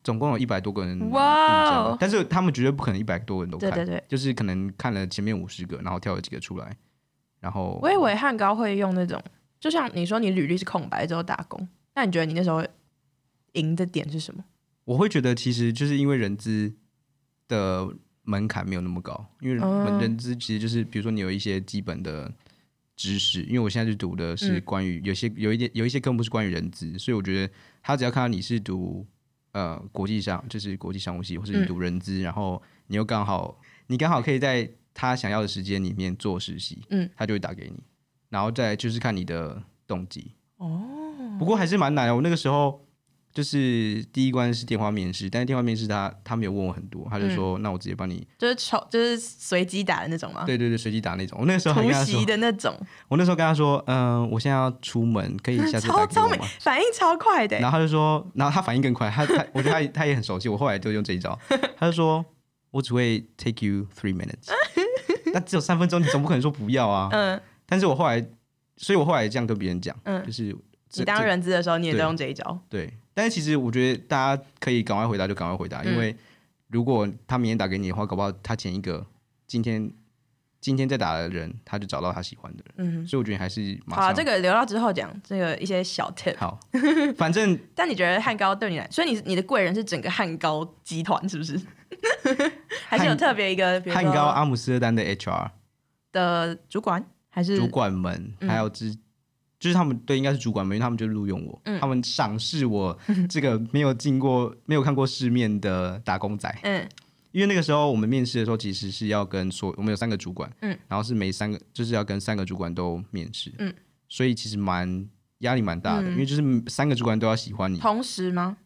B: 总共有一百多个人应
A: 哇哦
B: 征，但是他们绝对不可能一百多个人都
A: 对
B: 看，
A: 对对，
B: 就是可能看了前面五十个，然后挑了几个出来，然后
A: 我以为汉高会用那种，就像你说你履历是空白之后打工，那你觉得你那时候赢的点是什么？
B: 我会觉得其实就是因为人资的门槛没有那么高，因为
A: 嗯
B: 人人资其实就是比如说你有一些基本的知识，因为我现在就读的是
A: 嗯
B: 关于、有些有一点有一些科目是关于人资，所以我觉得他只要看到你是读呃国际上就是国际商务系，或是你
A: 嗯
B: 读人资，然后你又刚好你刚好可以在他想要的时间里面做实习，
A: 嗯，
B: 他就会打给你，然后再就是看你的动机，
A: 哦，
B: 不过还是蛮难的。我那个时候就是第一关是电话面试，但是电话面试他他没有问我很多，他
A: 嗯
B: 就说、那我直接帮你，
A: 就是抽就是随机打的那种吗？
B: 对对对，啊随机打那种。我那个时候还
A: 啊突
B: 跟他
A: 袭
B: 说，
A: 的那种，
B: 我那时候跟他说，嗯、我现在要出门， 可以下次打
A: 超
B: 给
A: 超
B: 我
A: 美
B: 吗？，
A: 反应超快的欸、
B: 然后他就说，然后他反应更快，他他我觉得他也他也很熟悉，我后来就用这一招，他就说我只会 take you three minutes，那只有三分钟，你总不可能说不要啊。
A: 嗯
B: 但是我后来，所以我后来也这样跟别人讲，
A: 嗯
B: 就，是这
A: 你当人资的时候你也在
B: 对
A: 用这一招，
B: 对，但是其实我觉得大家可以赶快回答就赶快回答，
A: 嗯
B: 因为如果他明天打给你的话，搞不好他前一个今天今天再打的人，他就找到他喜欢的人，
A: 嗯。
B: 所以我觉得还是马
A: 好啊、
B: 上
A: 这个留到之后讲这个一些小 tip。
B: 好反正
A: 但你觉得汉高对你来，所以你你的贵人是整个汉高集团是不 是？还是有特 别一个比如
B: 汉
A: 说
B: 高啊阿姆斯特丹的 HR
A: 的主管，还是
B: 主管们，
A: 嗯
B: 还有之。就是他们对，应该是主管们，因为他们就录用我，
A: 嗯
B: 他们赏识 我这个没有进过、没有看过世面的打工仔。
A: 嗯
B: 因为那个时候我们面试的时候，其实是要跟所我们有三个主管，
A: 嗯，
B: 然后是每三个就是要跟三个主管都面试，
A: 嗯，
B: 所以其实蛮压力蛮大的，
A: 嗯
B: 因为就是三个主管都要喜欢你，
A: 同时吗？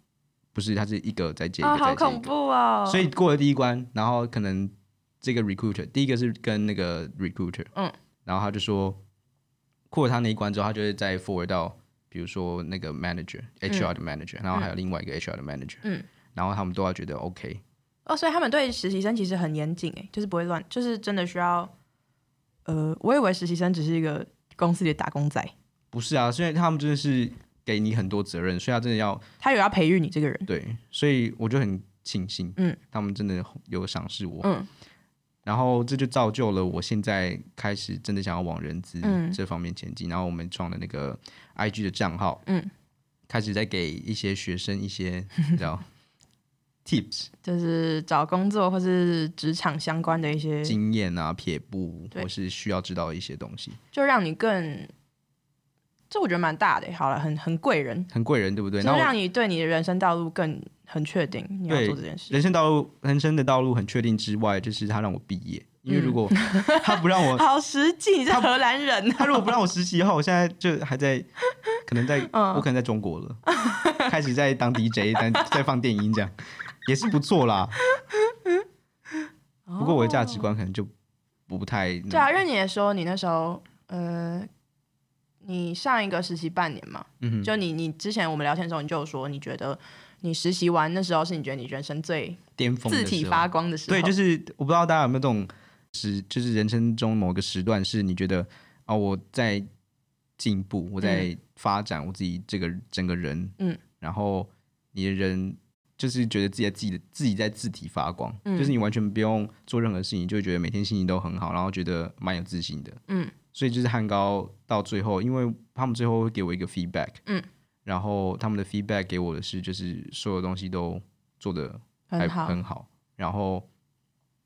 B: 不是他是一个再接一
A: 啊、
B: 个
A: 好
B: 再接一
A: 恐
B: 个，
A: 怖哦！
B: 所以过了第一关，然后可能这个 recruiter 第一个是跟那个 recruiter，
A: 嗯，
B: 然后他就说过了他那一关之后，他就会再 forward 到比如说那个 manager HR 的 manager，、然后还有另外一个 HR 的 manager，
A: 嗯，
B: 然后他们都要觉得 OK，
A: 欸哦，所以他们对实习生其实很严谨诶，就是不会乱，就是真的需要呃，我以为实习生只是一个公司里的打工仔，
B: 不是啊，虽然他们真的是给你很多责任，所以他真的要
A: 他有要培育你这个人，
B: 对，所以我就很庆幸，
A: 嗯，
B: 他们真的有赏识我，
A: 嗯，
B: 然后这就造就了我现在开始真的想要往人资
A: 嗯
B: 这方面前进，然后我们创了那个 IG 的账号，
A: 嗯，
B: 开始在给一些学生一些你 知道 tips
A: 就是找工作或是职场相关的一些，
B: 经验啊、撇步
A: 对
B: 或是需要知道的一些东西，
A: 就让你更，这我觉得蛮大的。好了，很很贵人，
B: 很贵人，对不对？
A: 就
B: 那我
A: 让你对你的人生道路更很确定你要
B: 对
A: 做这件事。
B: 人生道路、人生的道路很确定之外，就是他让我毕业，因为如
A: 嗯
B: 果 他不让我，
A: 好实际，你是荷兰人、啊
B: 他如果不让我实习的话，我现在就还在，可能在，
A: 嗯
B: 我可能在 中国了，开始在当 DJ，在在放电音这样，也是不错啦。不过我的价值观可能就不太那
A: 哦对啊，因为你也说你那时候，呃，你上一个实习半年嘛，
B: 嗯哼
A: 就你你之前我们聊天的时候，你就有说你觉得你实习完那时候是你觉得你人生最
B: 巅峰的
A: 字体
B: 时候
A: 发光的时候，
B: 对，就是我不知道大家有没有这种时，就是人生中某个时段是你觉得啊、我在进步，我在发展我自己这个整个人，
A: 嗯，
B: 然后你的人就是觉得自己在自己的自己在自体发光，
A: 嗯
B: 就是你完全不用做任何事情，就会觉得每天心情都很好，然后觉得蛮有自信的，
A: 嗯，
B: 所以就是汉高到最后，因为他们最后会给我一个 feedback，
A: 嗯，
B: 然后他们的 feedback 给我的是就是所有东西都做的还
A: 很好，
B: 很好。然后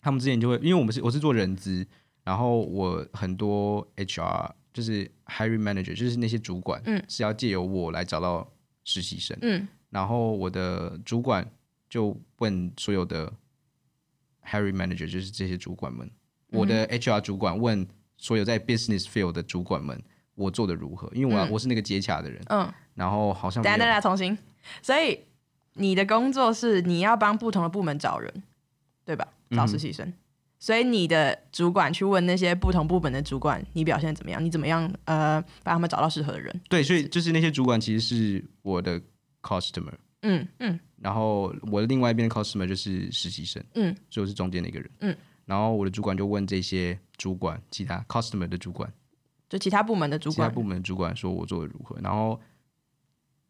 B: 他们之前就会，因为我们是我是做人资，然后我很多 HR 就是 hiring manager，就是那些主管，
A: 嗯
B: 是要借由我来找到实习生。
A: 嗯
B: 然后我的主管就问所有的 hiring manager，就是这些主管们，
A: 嗯
B: 我的 HR 主管问所有在 business field 的主管们。我做的如何？因为我、
A: 嗯
B: 我是那个接洽的人，
A: 嗯，
B: 然后好像
A: 等
B: 没
A: 下
B: 有
A: 等下重新，所以你的工作是你要帮不同的部门找人，对吧？
B: 嗯
A: 找实习生。所以你的主管去问那些不同部门的主管，你表现得怎么样？你怎么样？呃，帮他们找到适合的人。
B: 对，所以就是那些主管其实是我的 customer，
A: 嗯嗯
B: 然后我的另外一边的 customer 就是实习生，
A: 嗯，
B: 所以我是中间的一个人，
A: 嗯。
B: 然后我的主管就问这些主管，其他 customer 的主管，
A: 就其他部门的主
B: 其他
A: 管。
B: 部门的主管说我做的如何，然后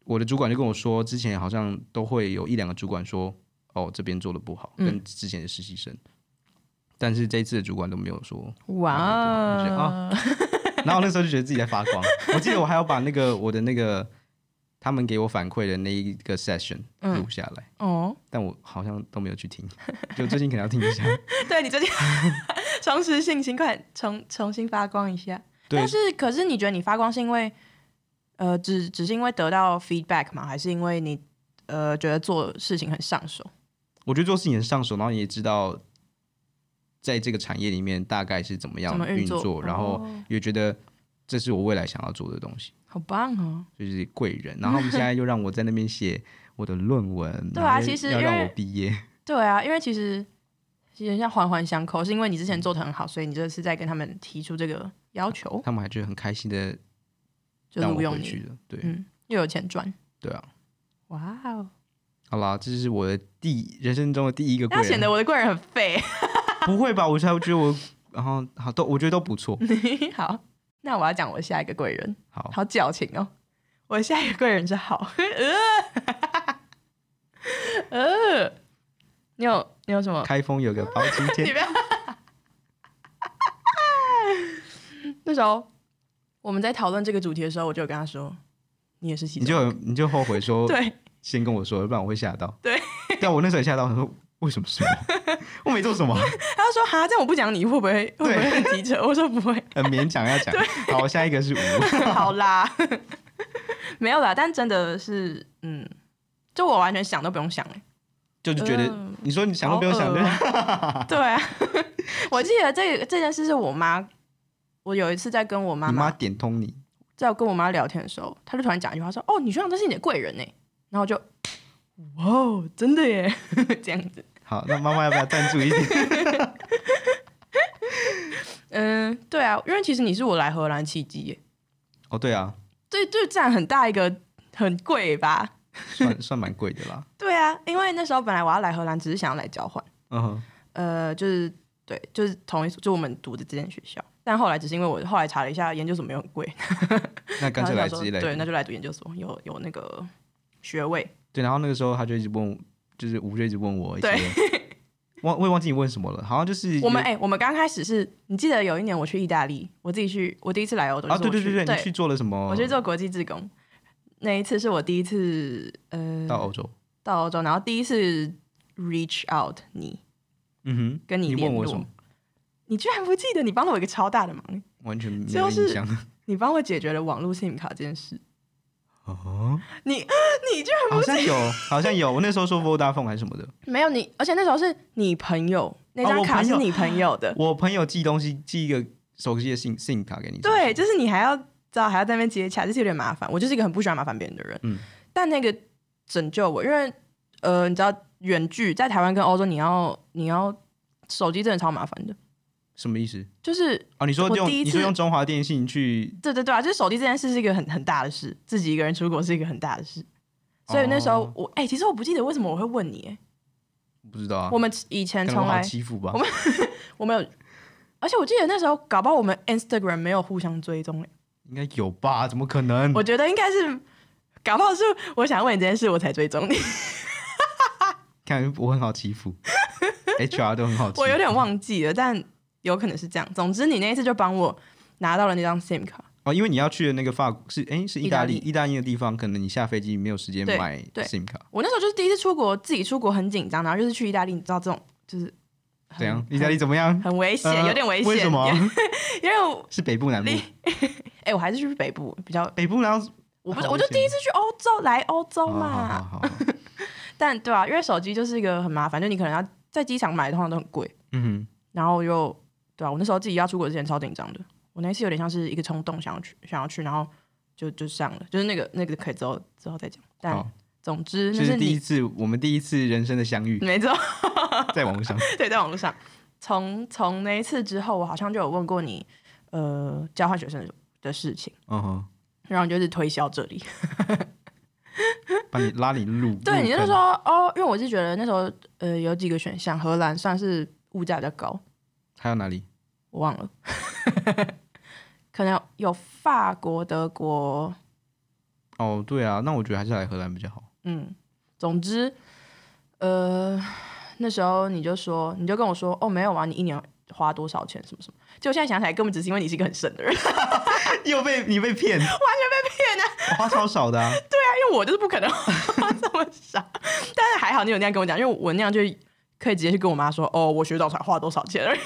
B: 我的主管就跟我说，之前好像都会有一两个主管说，哦这边做的不好，
A: 嗯
B: 跟之前的实习生，但是这一次的主管都没有说，
A: 哇
B: 我觉得啊
A: 哦，
B: 然后我那时候就觉得自己在发光，我记得我还要把那个我的那个他们给我反馈的那一个 session
A: 嗯
B: 录下来。
A: 哦，
B: 但我好像都没有去听，就最近可能要听一下。
A: 对你最近 重拾信心，快点重重新发光一下。
B: 对
A: 但，是，可是你觉得你发光是因为，呃，只只是因为得到 feedback 吗？还是因为你呃觉得做事情很上手？
B: 我觉得做事情很上手，然后你也知道，在这个产业里面大概是怎么样
A: 怎么
B: 运
A: 运作
B: 然后
A: 哦
B: 也觉得这是我未来想要做的东西，
A: 好棒哦！
B: 就是贵人。然后他们现在又让我在那边写我的论文，
A: 对啊
B: 然后又
A: 其实
B: 要
A: 因为
B: 让我毕业，
A: 对啊，因为其实其实像环环相扣，是因为你之前做的很好，所以你这次在跟他们提出这个要求，
B: 他们还觉得很开心的
A: 就
B: 让
A: 录
B: 我
A: 用
B: 回
A: 你
B: 去，的。对，
A: 嗯，又有钱赚，
B: 对啊。
A: 哇哦！
B: 好啦，这是我的第人生中的第一个贵啊
A: 那显
B: 人，
A: 得我的贵人很 废。
B: 不会吧？我才觉得我，然后好都我觉得都不
A: 嗯
B: 错。
A: 好，那我要讲我下一个贵人，
B: 好，
A: 好矫情哦。我下一个贵人是好， 呃，呃，你有你有什么？
B: 开封有个包青 天
A: 你，不要。那时候我们在讨论这个主题的时候，我就有跟他说，你也是其
B: 你
A: 中
B: 就很你就后悔说，
A: 对，
B: 先跟我说，不然我会吓到。
A: 对，
B: 但我那时候也吓到，我说 为什么是我？我没做什么，
A: 他就说哈，这样我不讲你会不会会不会很急着？我说不会，
B: 很勉强要讲。好，我下一个是吴，
A: 好啦， 没有啦，但真的是，嗯，就我完全想都不用想、欸，
B: 就是觉得、
A: 嗯
B: 你说你想都不用想
A: 好
B: 的
A: 恶，对啊， 我记得这个这件事是我妈，我有一次在跟我妈
B: 你妈
A: 妈
B: 点通你，
A: 在跟我妈聊天的时候，她就突然讲一句话说：“哦，你学长真是你的贵人呢。”然后我就，哇哦，真的耶， 这样子。
B: 好，那妈妈要不要赞助一点？
A: 嗯，对啊，因为其实你是我来荷兰契机耶，
B: 哦，对啊，
A: 这这占很大一个很贵吧？
B: 算算蛮贵的啦。
A: 对啊，因为那时候本来我要来荷兰，只是想要来交换，
B: 嗯哼，
A: 呃，就是对，就是同一所就我们读的这间学校，但后来只是因为我后来查了一下，研究所没有很贵，
B: 那干脆
A: 然
B: 来
A: 后想
B: 直
A: 说
B: 接来。
A: 对，那就来读研究所，有有那个学位。
B: 对，然后那个时候他就一直问我，就是吴就一直问我一些
A: 对，
B: 忘我也忘记你问什么了，好像就是
A: 我们哎、我们刚开始是你记得有一年我去意大利，我自己去，我第一次来欧洲
B: 啊，
A: 就是
B: 对
A: 我
B: 对
A: 去
B: 对对，你去做了什么？
A: 我去做国际志工，那一次是我第一次呃
B: 到欧洲，
A: 到欧洲，然后第一次 reach out 你，
B: 嗯哼，
A: 跟你
B: 你
A: 联
B: 问
A: 络
B: 我什么？
A: 你居然不记得，你帮了我一个超大的忙，
B: 完全没有
A: 就
B: 印
A: 是
B: 象。
A: 你帮我解决了网络 SIM 卡这件事，
B: 哦，
A: 你 你居然
B: 好像有，好像有。我那时候说 Vodafone 还是什么的，
A: 没有你，而且那时候是你朋友那
B: 哦
A: 张
B: 我
A: 卡
B: 朋
A: 是
B: 友
A: 你朋友的，
B: 我朋友寄东西寄一个手机的信信卡给你，
A: 对，就是你还要知道还要在那边接洽，就是有点麻烦。我就是一个很不喜欢麻烦别人的人，
B: 嗯
A: 但那个拯救我，因为呃，你知道远距在台湾跟欧洲，你要你要手机真的超麻烦的，
B: 什么意思？
A: 就是
B: 哦，你说
A: 我
B: 用
A: 第一
B: 你
A: 次
B: 说用中华电信去，
A: 对对对啊，就是手机这件事是一个很很大的事，自己一个人出国是一个很大的事。所以那时候
B: 哦
A: 我哎、其实我不记得为什么我会问你、哎
B: 不知道啊，
A: 我们以前
B: 可能
A: 从
B: 我好
A: 来
B: 欺负吧
A: 我。们我们有，而且我记得那时候搞不好我们 Instagram 没有互相追踪、哎
B: 应该有吧？怎么可能？
A: 我觉得应该是搞不好是我想问你这件事我才追踪你，
B: 看我很好 欺负，HR 都很好欺负。
A: 我有点忘记了，但有可能是这样。总之你那一次就帮我拿到了那张 SIM 卡，
B: 哦，因为你要去的那个法国是哎、是意大
A: 意大
B: 利，
A: 利
B: 意大利的地方，可能你下飞机没有时间
A: 对
B: 买
A: 对
B: SIM 卡，
A: 我那时候就是第一次出国，自己出国很紧张，然后就是去意大利，你知道这种就是很
B: 怎样？意大利怎么样？
A: 很危险，
B: 呃
A: 有点危险，
B: 为 什么？
A: 因为我
B: 是北部南部？
A: 你哎、我还是去北部比较，
B: 北部然后
A: 我不
B: 好
A: 是，
B: 危
A: 我就
B: 险
A: 第一次去欧洲，来欧洲
B: 好
A: 嘛。
B: 好好好，好
A: 但对啊，因为手机就是一个很麻烦，就你可能要在机场买，通常都很贵。
B: 嗯
A: 然后又对啊，我那时候自己要出国之前超紧张的，我那一次有点像是一个冲动，想要去，想要去，然后就就上了，就是那个那个可以之后之后再讲。
B: 哼，
A: 但
B: 好，
A: 总之
B: 这
A: 那
B: 是第一
A: 你
B: 次我们第一次人生的相 遇，
A: 没错，
B: 在网络上。
A: 对，在网络上。从从那一次之后，我好像就有问过你，呃，交换学生的的事情，
B: 嗯哼，
A: 然后你就是推销这 里。
B: 把你拉你入。
A: 对，
B: 入
A: 你就
B: 坑
A: 说哦，因为我是觉得那时候呃有几个选项，荷兰算是物价比较高，
B: 还有哪里？
A: 我忘了， 可能有法国、德国，
B: 哦，对啊，那我觉得还是来荷兰比较好。
A: 嗯，总之，呃，那时候你就说，你就跟我说，哦，没有啊，你一年花多少钱，什么什么，就现在想起来，根本只是因为你是一个很省的人， 因
B: 又被你被骗，完全被骗啊！花超少的啊，
A: 为我就是不可能花这么少， 但是还好你有那样跟我讲，因为我那样就可以直接去跟我妈说，哦，我学长才花多少钱而已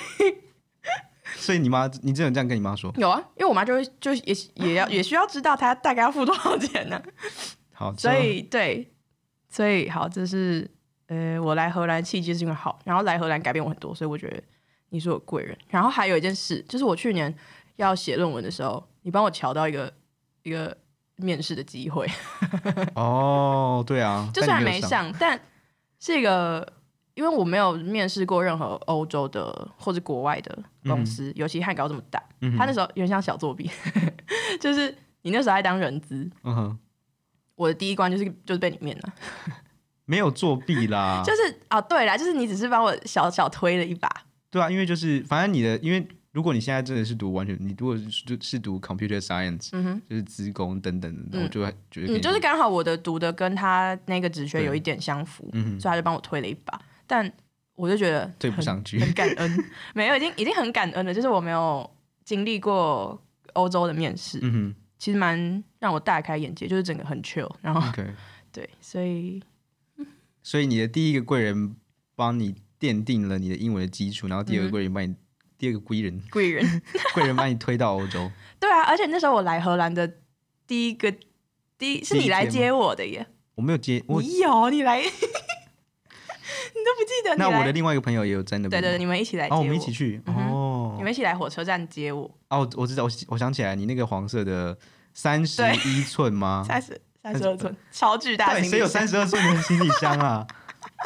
B: 所以你妈，你真的这样跟你妈说？
A: 有啊，因为我妈就会就也也要也需要知道她大概要付多少钱呢、
B: 好，
A: 所以对，所以好，这是呃我来荷兰契机是因为好，然后来荷兰改变我很多，所以我觉得你是我贵人。然后还有一件事，就是我去年要写论文的时候，你帮我瞧到一个一个面试的机会，
B: 哦，对啊，
A: 就
B: 但
A: 算
B: 你有
A: 没上，但是一个。因为我没有面试过任何欧洲的或者国外的公司，尤其汉高这么大，
B: 嗯
A: 他那
B: 哼，
A: 时候有点像小作弊， 就是你那时候还当人资，
B: 嗯哼，
A: 我的第一关就是就是被你面了，
B: 没有作弊啦，
A: 就是啊，对啦，就是你只是帮我小小推了一把，
B: 对啊，因为就是反正你的，因为如果你现在真的是读完全，你如果是是读 computer science，
A: 嗯哼，
B: 就是资工等等的，
A: 嗯
B: 我就会觉得给
A: 你就是刚好我的读的跟他那个职缺有一点相符，
B: 嗯哼
A: 所以他就帮我推了一把，但我就觉得
B: 对不
A: 很
B: 上去
A: 很感恩，没有，已经已经很感恩了，就是我没有经历过欧洲的面试，
B: 嗯
A: 其实蛮让我大开眼界，就是整个很 chill，然后
B: 哼，OK，
A: 对，所以
B: 所以你的第一个贵人帮你奠定了你的英文的基础，然后第二个贵人帮你，第二个贵人
A: 贵人。
B: 贵人把你推到 欧洲，
A: 对啊，而且那时候我来荷兰的第一个第一是
B: 第一
A: 你来
B: 天吗
A: 接我的耶，
B: 我没有接我，
A: 你有你来，你都 不记得你
B: 那
A: 来
B: 我的另外一个朋友也有在那
A: 对
B: 边，
A: 对对，你们一起来接
B: 哦，我们一起去
A: 嗯哼
B: 哦
A: 你，们一起来火车站接我，
B: 哦，我我知道，我我想起来，你那个黄色的三十
A: 对
B: 一寸吗？
A: 三十三十二寸超巨大
B: 啊对，
A: 行李箱，
B: 谁有三十二寸的行李箱 啊？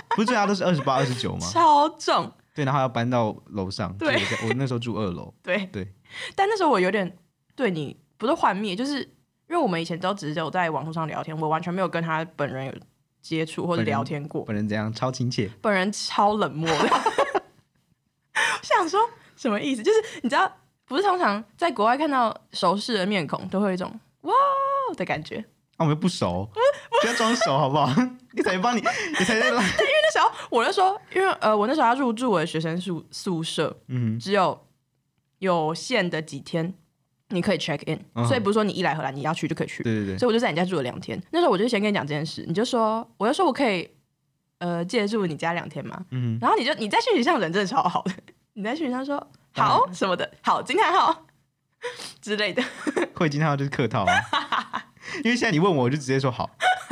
B: 不是最啊大都是二十八、二十九吗？
A: 超重，
B: 对，然后要搬到楼上。
A: 对
B: 所以我在我那时候住二楼。
A: 对
B: 对。
A: 但那时候我有点对你不是幻灭，就是因为我们以前都只是有在网络上聊天，我完全没有跟他本人有接触或者
B: 本人
A: 聊天过，
B: 本人怎样？超亲切，
A: 本人超冷漠的。我想说什么意思？就是你知道不是通常在国外看到熟识的面孔，都会有一种哇哦的感觉。
B: 啊我们又不熟，不要装熟好 不好？你才帮你，你才在拉，
A: 那时候我就说，因为呃，我那时候要入住我的学生宿宿舍，
B: 嗯
A: 只有有限的几天你可以 check in，、
B: 嗯哼
A: 所以不是说你一来荷兰你要去就可以去
B: 哼，。对对对，
A: 所以我就在你家住了两天。那时候我就先跟你讲这件事，你就说，我就说我可以呃借住你家两天嘛。
B: 嗯哼，
A: 然后你就你在讯息上人真的超好的，你在讯息上说
B: 当然
A: 好什么的，好惊叹号之类的。
B: 会金号就是客套啊， 因为现在你问我，我就直接说好，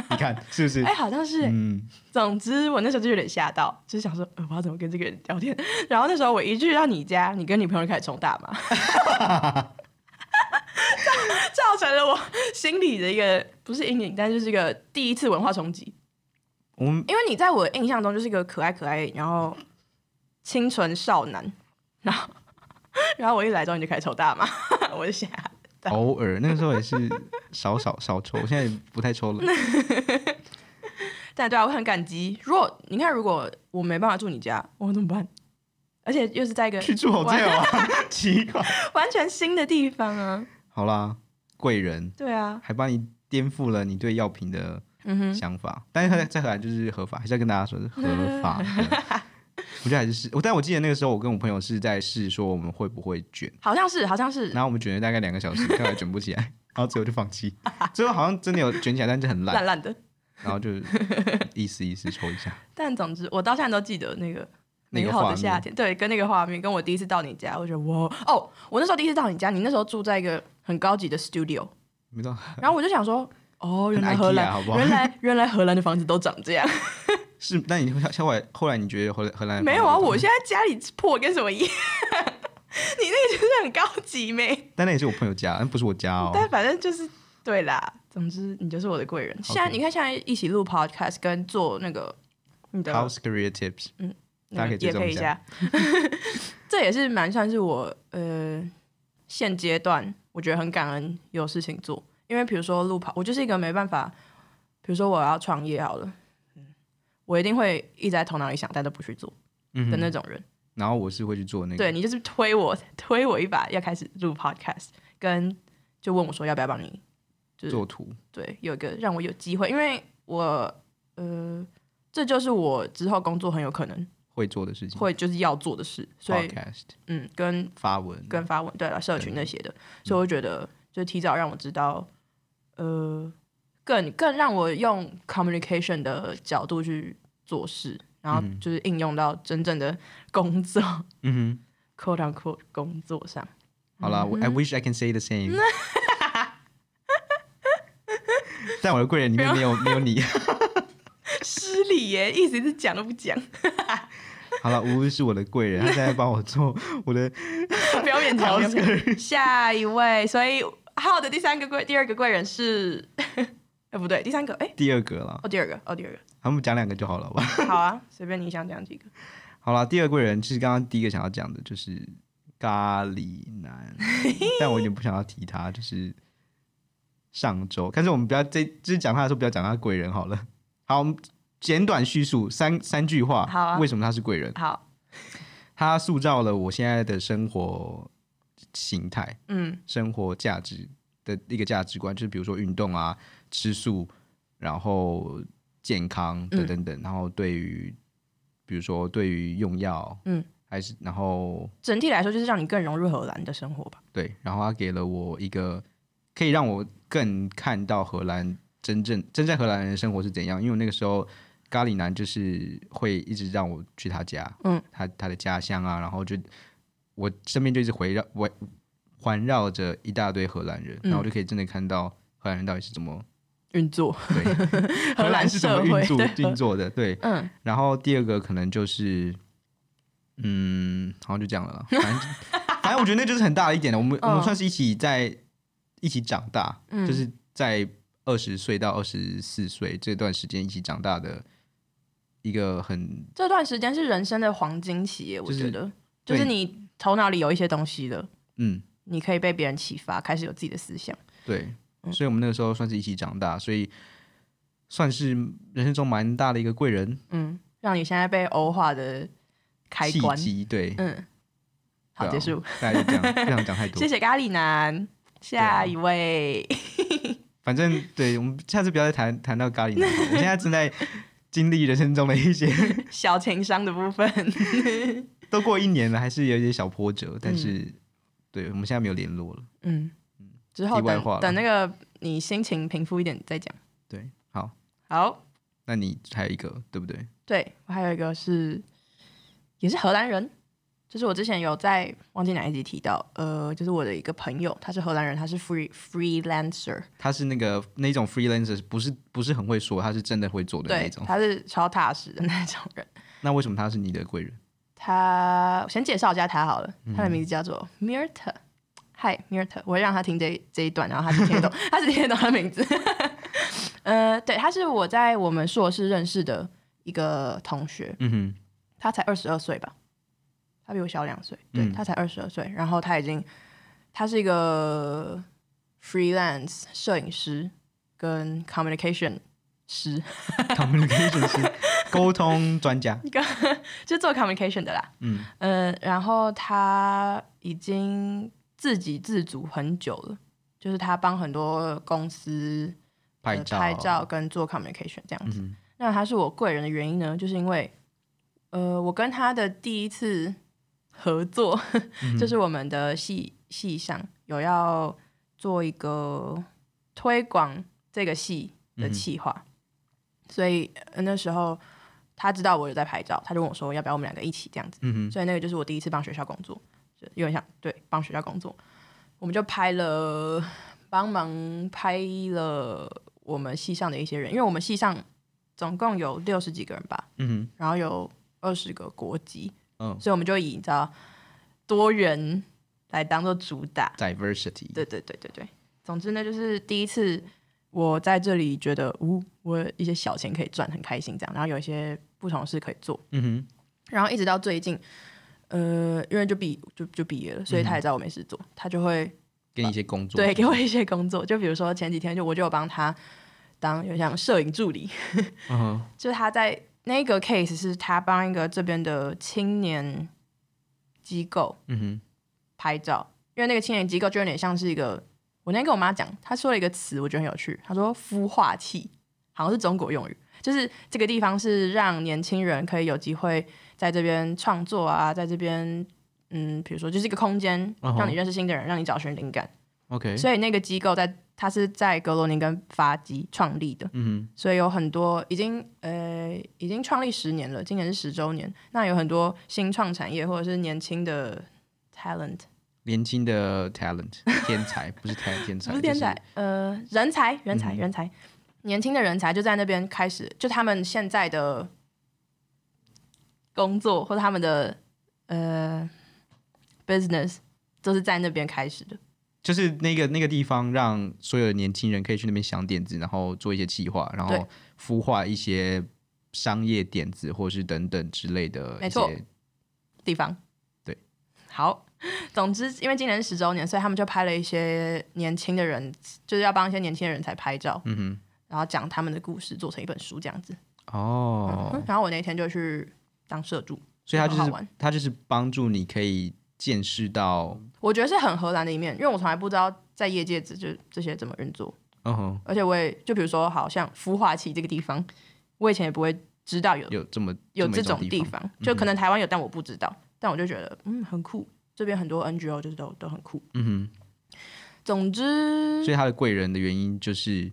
B: 你看是不是
A: 哎、？好像是、
B: 嗯，
A: 总之，我那时候就有点吓到，就是想说，呃，我要怎么跟这个人聊天？然后那时候我一去到你家，你跟你朋友就开始冲大麻， 造造成了我心里的一个不是阴影，但就是一个第一次文化冲击。
B: 我们
A: 因为你在我的印象中就是一个可爱可爱，然后清纯少男，然后然后我一来之后你就开始抽大麻， 我就吓。
B: 偶尔那个时候也是少少少抽，我现在也不太抽了。
A: 但对啊，我很感激。如果你看，如果我没办法住你家，我怎么办？而且又是在一个
B: 去住 hotel 啊， 奇怪。
A: 完全新的地方啊。
B: 好啦，贵人
A: 对啊，
B: 还帮你颠覆了你对药品的
A: 嗯哼，
B: 想法，但是在在荷兰就是合法，还是要跟大家说是合法的。 我觉得还是试，我但我记得那个时候我跟我朋友是在试说我们会不会卷，
A: 好像是，好像是
B: 然后我们卷了大概两个小时，看来卷不起 来，然后最后就放弃。最后好像真的有卷起来，但是很烂
A: 烂，烂的。
B: 然后就意思意思抽一下。
A: 但总之，我到现在都记得那个
B: 那个
A: 美好的夏天，对，跟那个画面，跟我第一次到你家，我觉得哇哦，我那时候第一次到你家，你那时候住在一个很高级的 studio，
B: 没错，
A: 然后我就想说，哦，原来
B: 很
A: 荷
B: IKEA
A: 兰，
B: 好不好
A: 原来原来荷兰的房子都长这 样，
B: 是，那你后来后来你觉得荷兰荷兰的
A: 没有啊，
B: 房子
A: 我现在家里破跟什么一样。 你那个就是很高级没？
B: 但那也是我朋友家，那不是我家哦。
A: 但反正就是对啦。总之，你就是我的贵人。现在你看，现在一起录 podcast 跟做那个你的
B: House Career Tips，大家
A: 嗯
B: 可以追
A: 也
B: 踪
A: 可以
B: 一
A: 一
B: 下
A: 下。 这也是蛮算是我呃现阶段我觉得很感恩有事情做，因为比如说路跑，我就是一个没办法，比如说我要创业好了，嗯，我一定会一直在头脑里想，但都不去做
B: 嗯
A: 的
B: 哼，
A: 那种人。
B: 然后我是会去做那个，
A: 对你就是推我 推我一把，要开始录 podcast，跟就问我说要不要帮你就是
B: 做图，
A: 对，有一个让我有机会，因为我呃，这就是我之后工作很有可能
B: 会做的事情
A: 会就是要做的事，所以
B: ，podcast
A: 嗯，跟
B: 发文，
A: 跟发文，对嗯了，社群那些的，所以我觉得就提早让我知道，呃，更更让我用 communication 的角度去做事，然后就是应用到真正的工作、
B: 嗯
A: q u o t e u n q u o t e 工作上。
B: 哼，好啦、我 i wish I can say the same 。在我的贵人里面没有没有你。
A: 失礼耶，意思是讲都不讲，
B: 好了，吴是我的贵人，他现在帮我做我的
A: 不要勉强。不要
B: house
A: 勉强
B: career。
A: 下一位，所以浩的第三个贵，第二个贵人是， 哎不对，第三个，哎
B: 第二个了，
A: 哦第二个，哦第二个，
B: 他们讲两个就好了吧？
A: 好啊，随便你想讲几个。
B: 好了，第二个贵人就是刚刚第一个想要讲的，就是咖喱男，但我有点不想要提他，就是上周，但是我们不要这就是讲他的时候不要讲他贵人好了。好，我们简短叙述三三句话，
A: 好啊
B: 为什么他是贵人？
A: 好，
B: 他塑造了我现在的生活形态、
A: 嗯。
B: 生活价值的一个价值观，就是比如说运动啊、吃素，然后健康等等等，然后对于比如说对于用药，
A: 嗯，
B: 还是然后
A: 整体来说就是让你更融入荷兰的生活吧。
B: 对，然后他给了我一个可以让我更看到荷兰真正真正荷兰人的生活是怎样，因为我那个时候咖喱男就是会一直让我去他家，
A: 嗯，
B: 他他的家乡啊，然后就我身边就一直围绕围环绕着一大堆荷兰人，然后我就可以真的看到荷兰人到底是怎么
A: 运作，
B: 对 荷兰是怎么运作运作的，对，
A: 嗯，
B: 然后第二个可能就是，嗯，好像就这样了啦。反正就反正我觉得那就是很大的一点 了。我们、我们
A: 嗯
B: 算是一起在一起长大，
A: 嗯
B: 就是在二十岁到二十四岁这段时间一起长大的一个很
A: 这段时间是人生的黄金期耶，我
B: 就是
A: 觉得，
B: 对
A: 就是你头脑里有一些东西了，
B: 嗯
A: 你可以被别人启发，开始有自己的思想。
B: 对，
A: 嗯
B: 所以我们那个时候算是一起长大，所以算是人生中蛮大的一个贵人
A: 嗯，让你现在被欧化的开
B: 契
A: 关。
B: 机。对，
A: 嗯，好，
B: 对啊
A: 结束。
B: 大家就这样，不想讲太多
A: 谢。谢咖喱男，下一位。
B: 反正对我们下次不要再谈谈到咖喱男了。我现在正在经历人生中的一些，
A: 小情商的部分，
B: 都过一年了，还是有一些小波折，但是、对我们现在没有联络了。
A: 嗯，之后
B: 题外
A: 等
B: 话了
A: 等那个你心情平复一点再讲。
B: 对，好，
A: 好，
B: 那你还有一个对不对？
A: 对我还有一个是，也是荷兰人，就是我之前有在忘记哪一集提到，呃，就是我的一个朋友，他是荷兰人，他是 free freelancer，
B: 他是那个那种 freelancer，不是不是很会说，他是真的会做的那
A: 对，
B: 种。
A: 他是超踏实的那种人。
B: 那为什么他是你的贵人？
A: 他我先介绍一下他好了，他的名字叫做 Mirta。嗨，Mirta，我会让他听这一这一段，然后他只听得懂，他只听得懂他的名字。 呃，对，他是我在我们硕士认识的一个同学，
B: 嗯哼，
A: 他才二十二岁吧，他比我小两岁，对、
B: 嗯
A: 他才二十二岁，然后他已经他是一个 freelance 摄影师跟 communication 师，
B: communication 是沟通专家。
A: 就做 communication 的啦。
B: 嗯
A: 呃，然后他已经自给自足很久了，就是他帮很多公司
B: 拍
A: 呃
B: 照，
A: 拍照跟做 communication 这样子。
B: 嗯
A: 那他是我贵人的原因呢，就是因为呃，我跟他的第一次合作，就是我们的系系上有要做一个推广这个系的企划，所以、呃那时候他知道我有在拍照，他就问我说要不要我们两个一起这样子。
B: 嗯哼，
A: 所以那个就是我第一次帮学校工作，就有点像对帮学校工作，我们就拍了帮忙拍了我们系上的一些人，因为我们系上总共有六十几个人吧，
B: 嗯哼，
A: 然后有二十个国籍，
B: 嗯
A: 所以我们就以你知道多人来当做主打，
B: ，diversity，
A: 对对对对对，总之呢，就是第一次我在这里觉得，呜、我有一些小钱可以赚，很开心这样，然后有一些不同的事可以做，
B: 嗯
A: 然后一直到最近，呃，因为就毕就就毕业了，所以他也知道我没事做，他就会
B: 哼，给你一些嗯工作，
A: 对给我一些工作，就比如说前几天就我就有帮他当有像摄影助理，
B: 嗯哼，
A: 就是他在那个 case 是他帮一个这边的青年机构
B: 嗯哼，
A: 拍照，因为那个青年机构就有点像是一个，我那天跟我妈讲，她说了一个词，我觉得很有趣，她说孵化器，好像是中国用语，就是这个地方是让年轻人可以有机会在这边创作啊，在这边。嗯，比如说就是一个空间，
B: 嗯哼
A: 让你认识新的人，让你找寻灵感。
B: OK，
A: 所以那个机构在它是在格罗宁根发基创立的，
B: 嗯
A: 所以有很多已经呃已经创立十年了，今年是十周年。那有很多新创产业或者是年轻的 talent，
B: 哼，年轻的 talent 天才，不是嗯天天才，
A: 不是天才
B: 哎就，
A: 呃，人才，人才，人才，年轻的人才就在那边开始，就他们现在的工作或者他们的呃 business 都是在那边开始的。
B: 就是那个那个地方，让所有的年轻人可以去那边想点子，然后做一些企划，然后
A: 对
B: 孵化一些商业点子，或是等等之类的一
A: 没错
B: 些。
A: 地方。
B: 对，
A: 好，总之因为今年是十周年，所以他们就拍了一些年轻的人，就是要帮一些年轻的人才拍照，
B: 嗯
A: 然后讲他们的故事，做成一本书这样子。
B: 哼，哦，
A: 然后我那天就去当社助，
B: 所以他
A: 嗯
B: 就
A: 很好
B: 是
A: 玩
B: 他就是帮助你可以见识到，
A: 我觉得是很荷兰的一面，因为我从来不知道在业界这就这些怎么运作，
B: 嗯哼，
A: 而且我也就比如说，好像孵化器这个地方，我以前也不会知道有
B: 有这么
A: 有
B: 么
A: 这
B: 一
A: 种地
B: 地，
A: 方，嗯就可能台湾有，但我不知道，但我就觉得嗯很酷，这边很多 NGO 就是都都很酷。
B: 嗯
A: 总
B: 哼，
A: 之
B: 所以他的贵人的原因就是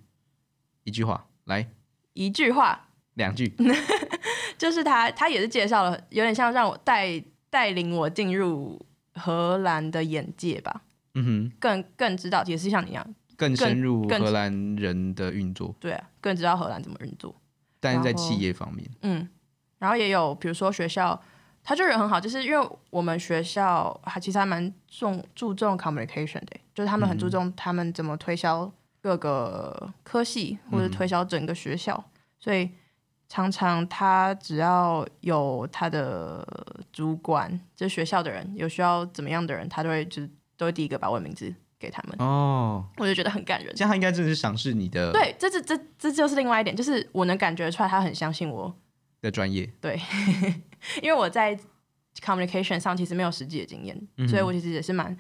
B: 一 句话，来
A: 一句话，
B: 两句，
A: 就是他，他也是介绍了，有点像让我带带领我进入荷兰的眼界吧，
B: 嗯哼，
A: 更更知道，也是像你一样，
B: 更深入
A: 更
B: 荷兰人的运作，
A: 对啊，更知道荷兰怎么运作，
B: 但是在
A: 然后
B: 企业方面，
A: 嗯，然后也有比如说学校，他就人很好，就是因为我们学校还其实还蛮重注重 communication 的，就是他们
B: 嗯
A: 很注重他们怎么推销各个科系或者推销整个学校，所以常常他只要有他的主管，就是学校的人有需要怎么样的人，他都会就是都会第一个把我的名字给他们，
B: 哦，
A: 我就觉得很感人
B: 这。样他应该真的是赏识你的
A: 对，这这这这就是另外一点，就是我能感觉出来他很相信我，
B: 的专业，
A: 因为我在 communication 上其实没有实际的经验，
B: 嗯
A: 所以我其实也是蛮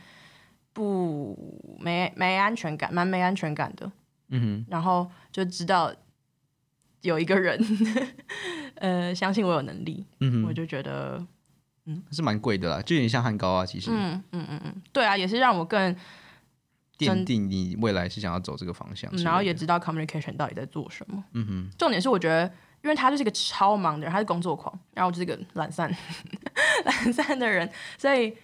A: 不没没安全感，蛮没安全感的。
B: 嗯
A: 然后就知道有一个人， 呃，相信我有能力，
B: 哼，嗯
A: 我
B: 哼，
A: 就觉得，
B: 是蛮贵的啦，就有点像汉高啊，其实、
A: 嗯嗯嗯嗯，对啊，也是让我更，
B: 奠定你未来是想要走这个方向
A: 嗯
B: 之类的。
A: 然后也知道 communication 到底在做什么。
B: 嗯哼，
A: 重点是我觉得，因为他就是一个超忙的人，他是工作狂，然后我就是个懒散 懒散的人，所以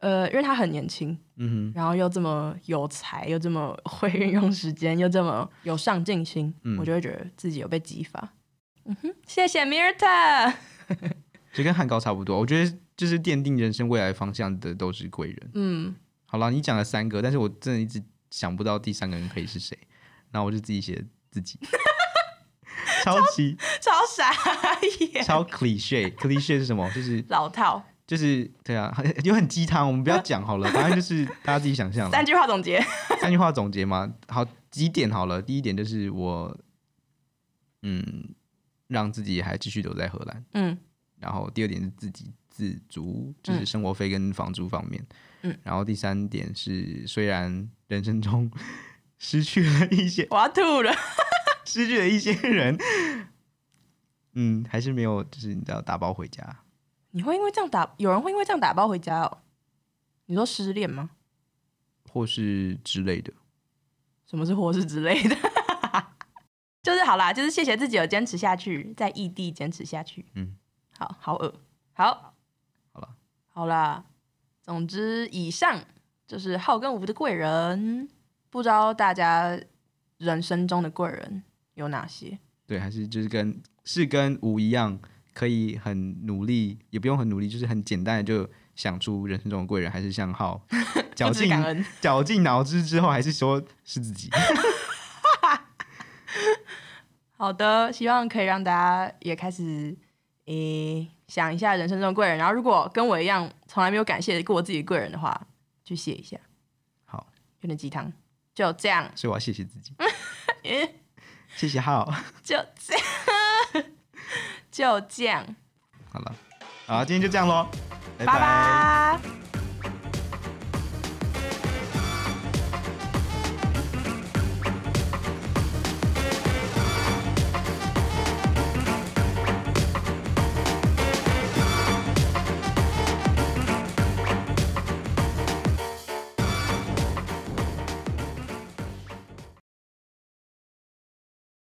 A: 呃，因为他很年轻，
B: 嗯
A: 然后又这么有才，又这么会运用时间，又这么有上进心，
B: 嗯
A: 我就会觉得自己有被激发。嗯哼，谢谢 Mirta。
B: 哼，就跟汉高差不多。我觉得就是奠定人生未来方向的都是贵人。
A: 嗯，
B: 好啦，你讲了三个，但是我真的一直想不到第三个人可以是谁，然后我就自己写自 己，超级
A: 超傻眼，
B: 超 cliche，cliche 是什么？就是
A: 老套，
B: 就是对啊，有很鸡汤，我们不要讲好了，反正就是大家自己想象啦。啊
A: 三句话总结。
B: 三句话总结嘛，好几点好了。第一点就是我，嗯，让自己还继续留在荷兰。
A: 嗯
B: 然后第二点是自给自足，就是生活费跟房租方面。
A: 嗯。
B: 然后第三点是，虽然人生中 失去了一些，
A: 我要吐了。
B: 失去了一些人，嗯，还是没有，就是你知道打包回家。
A: 你会因为这样打，有人会因为这样打包回家哦？你说失恋吗？
B: 或是之类的，
A: 什么是或是之类的？ 就是好啦，就是谢谢自己有坚持下去，在异地坚持下去。
B: 嗯，
A: 好好恶，好，
B: 好了，
A: 好啦。总之，以上就是浩跟吴的贵人，不知道大家人生中的贵人有哪些？
B: 对，还是就是跟是跟吴一样，可以很努力，也不用很努力，就是很简单的就想出人生中的贵人，还是像浩绞
A: 不知
B: 尽
A: 感恩。
B: 绞尽脑汁之后，还是说是自己。
A: 好的，希望可以让大家也开始诶、想一下人生中的贵人，然后如果跟我一样从来没有感谢过自己的贵人的话，去写一下，
B: 好，
A: 有点鸡汤，就这样，
B: 所以我要谢谢自己，
A: 诶
B: 谢谢浩。
A: 就这样，就这样，
B: 好了，好，今天就这样喽，拜
A: 拜拜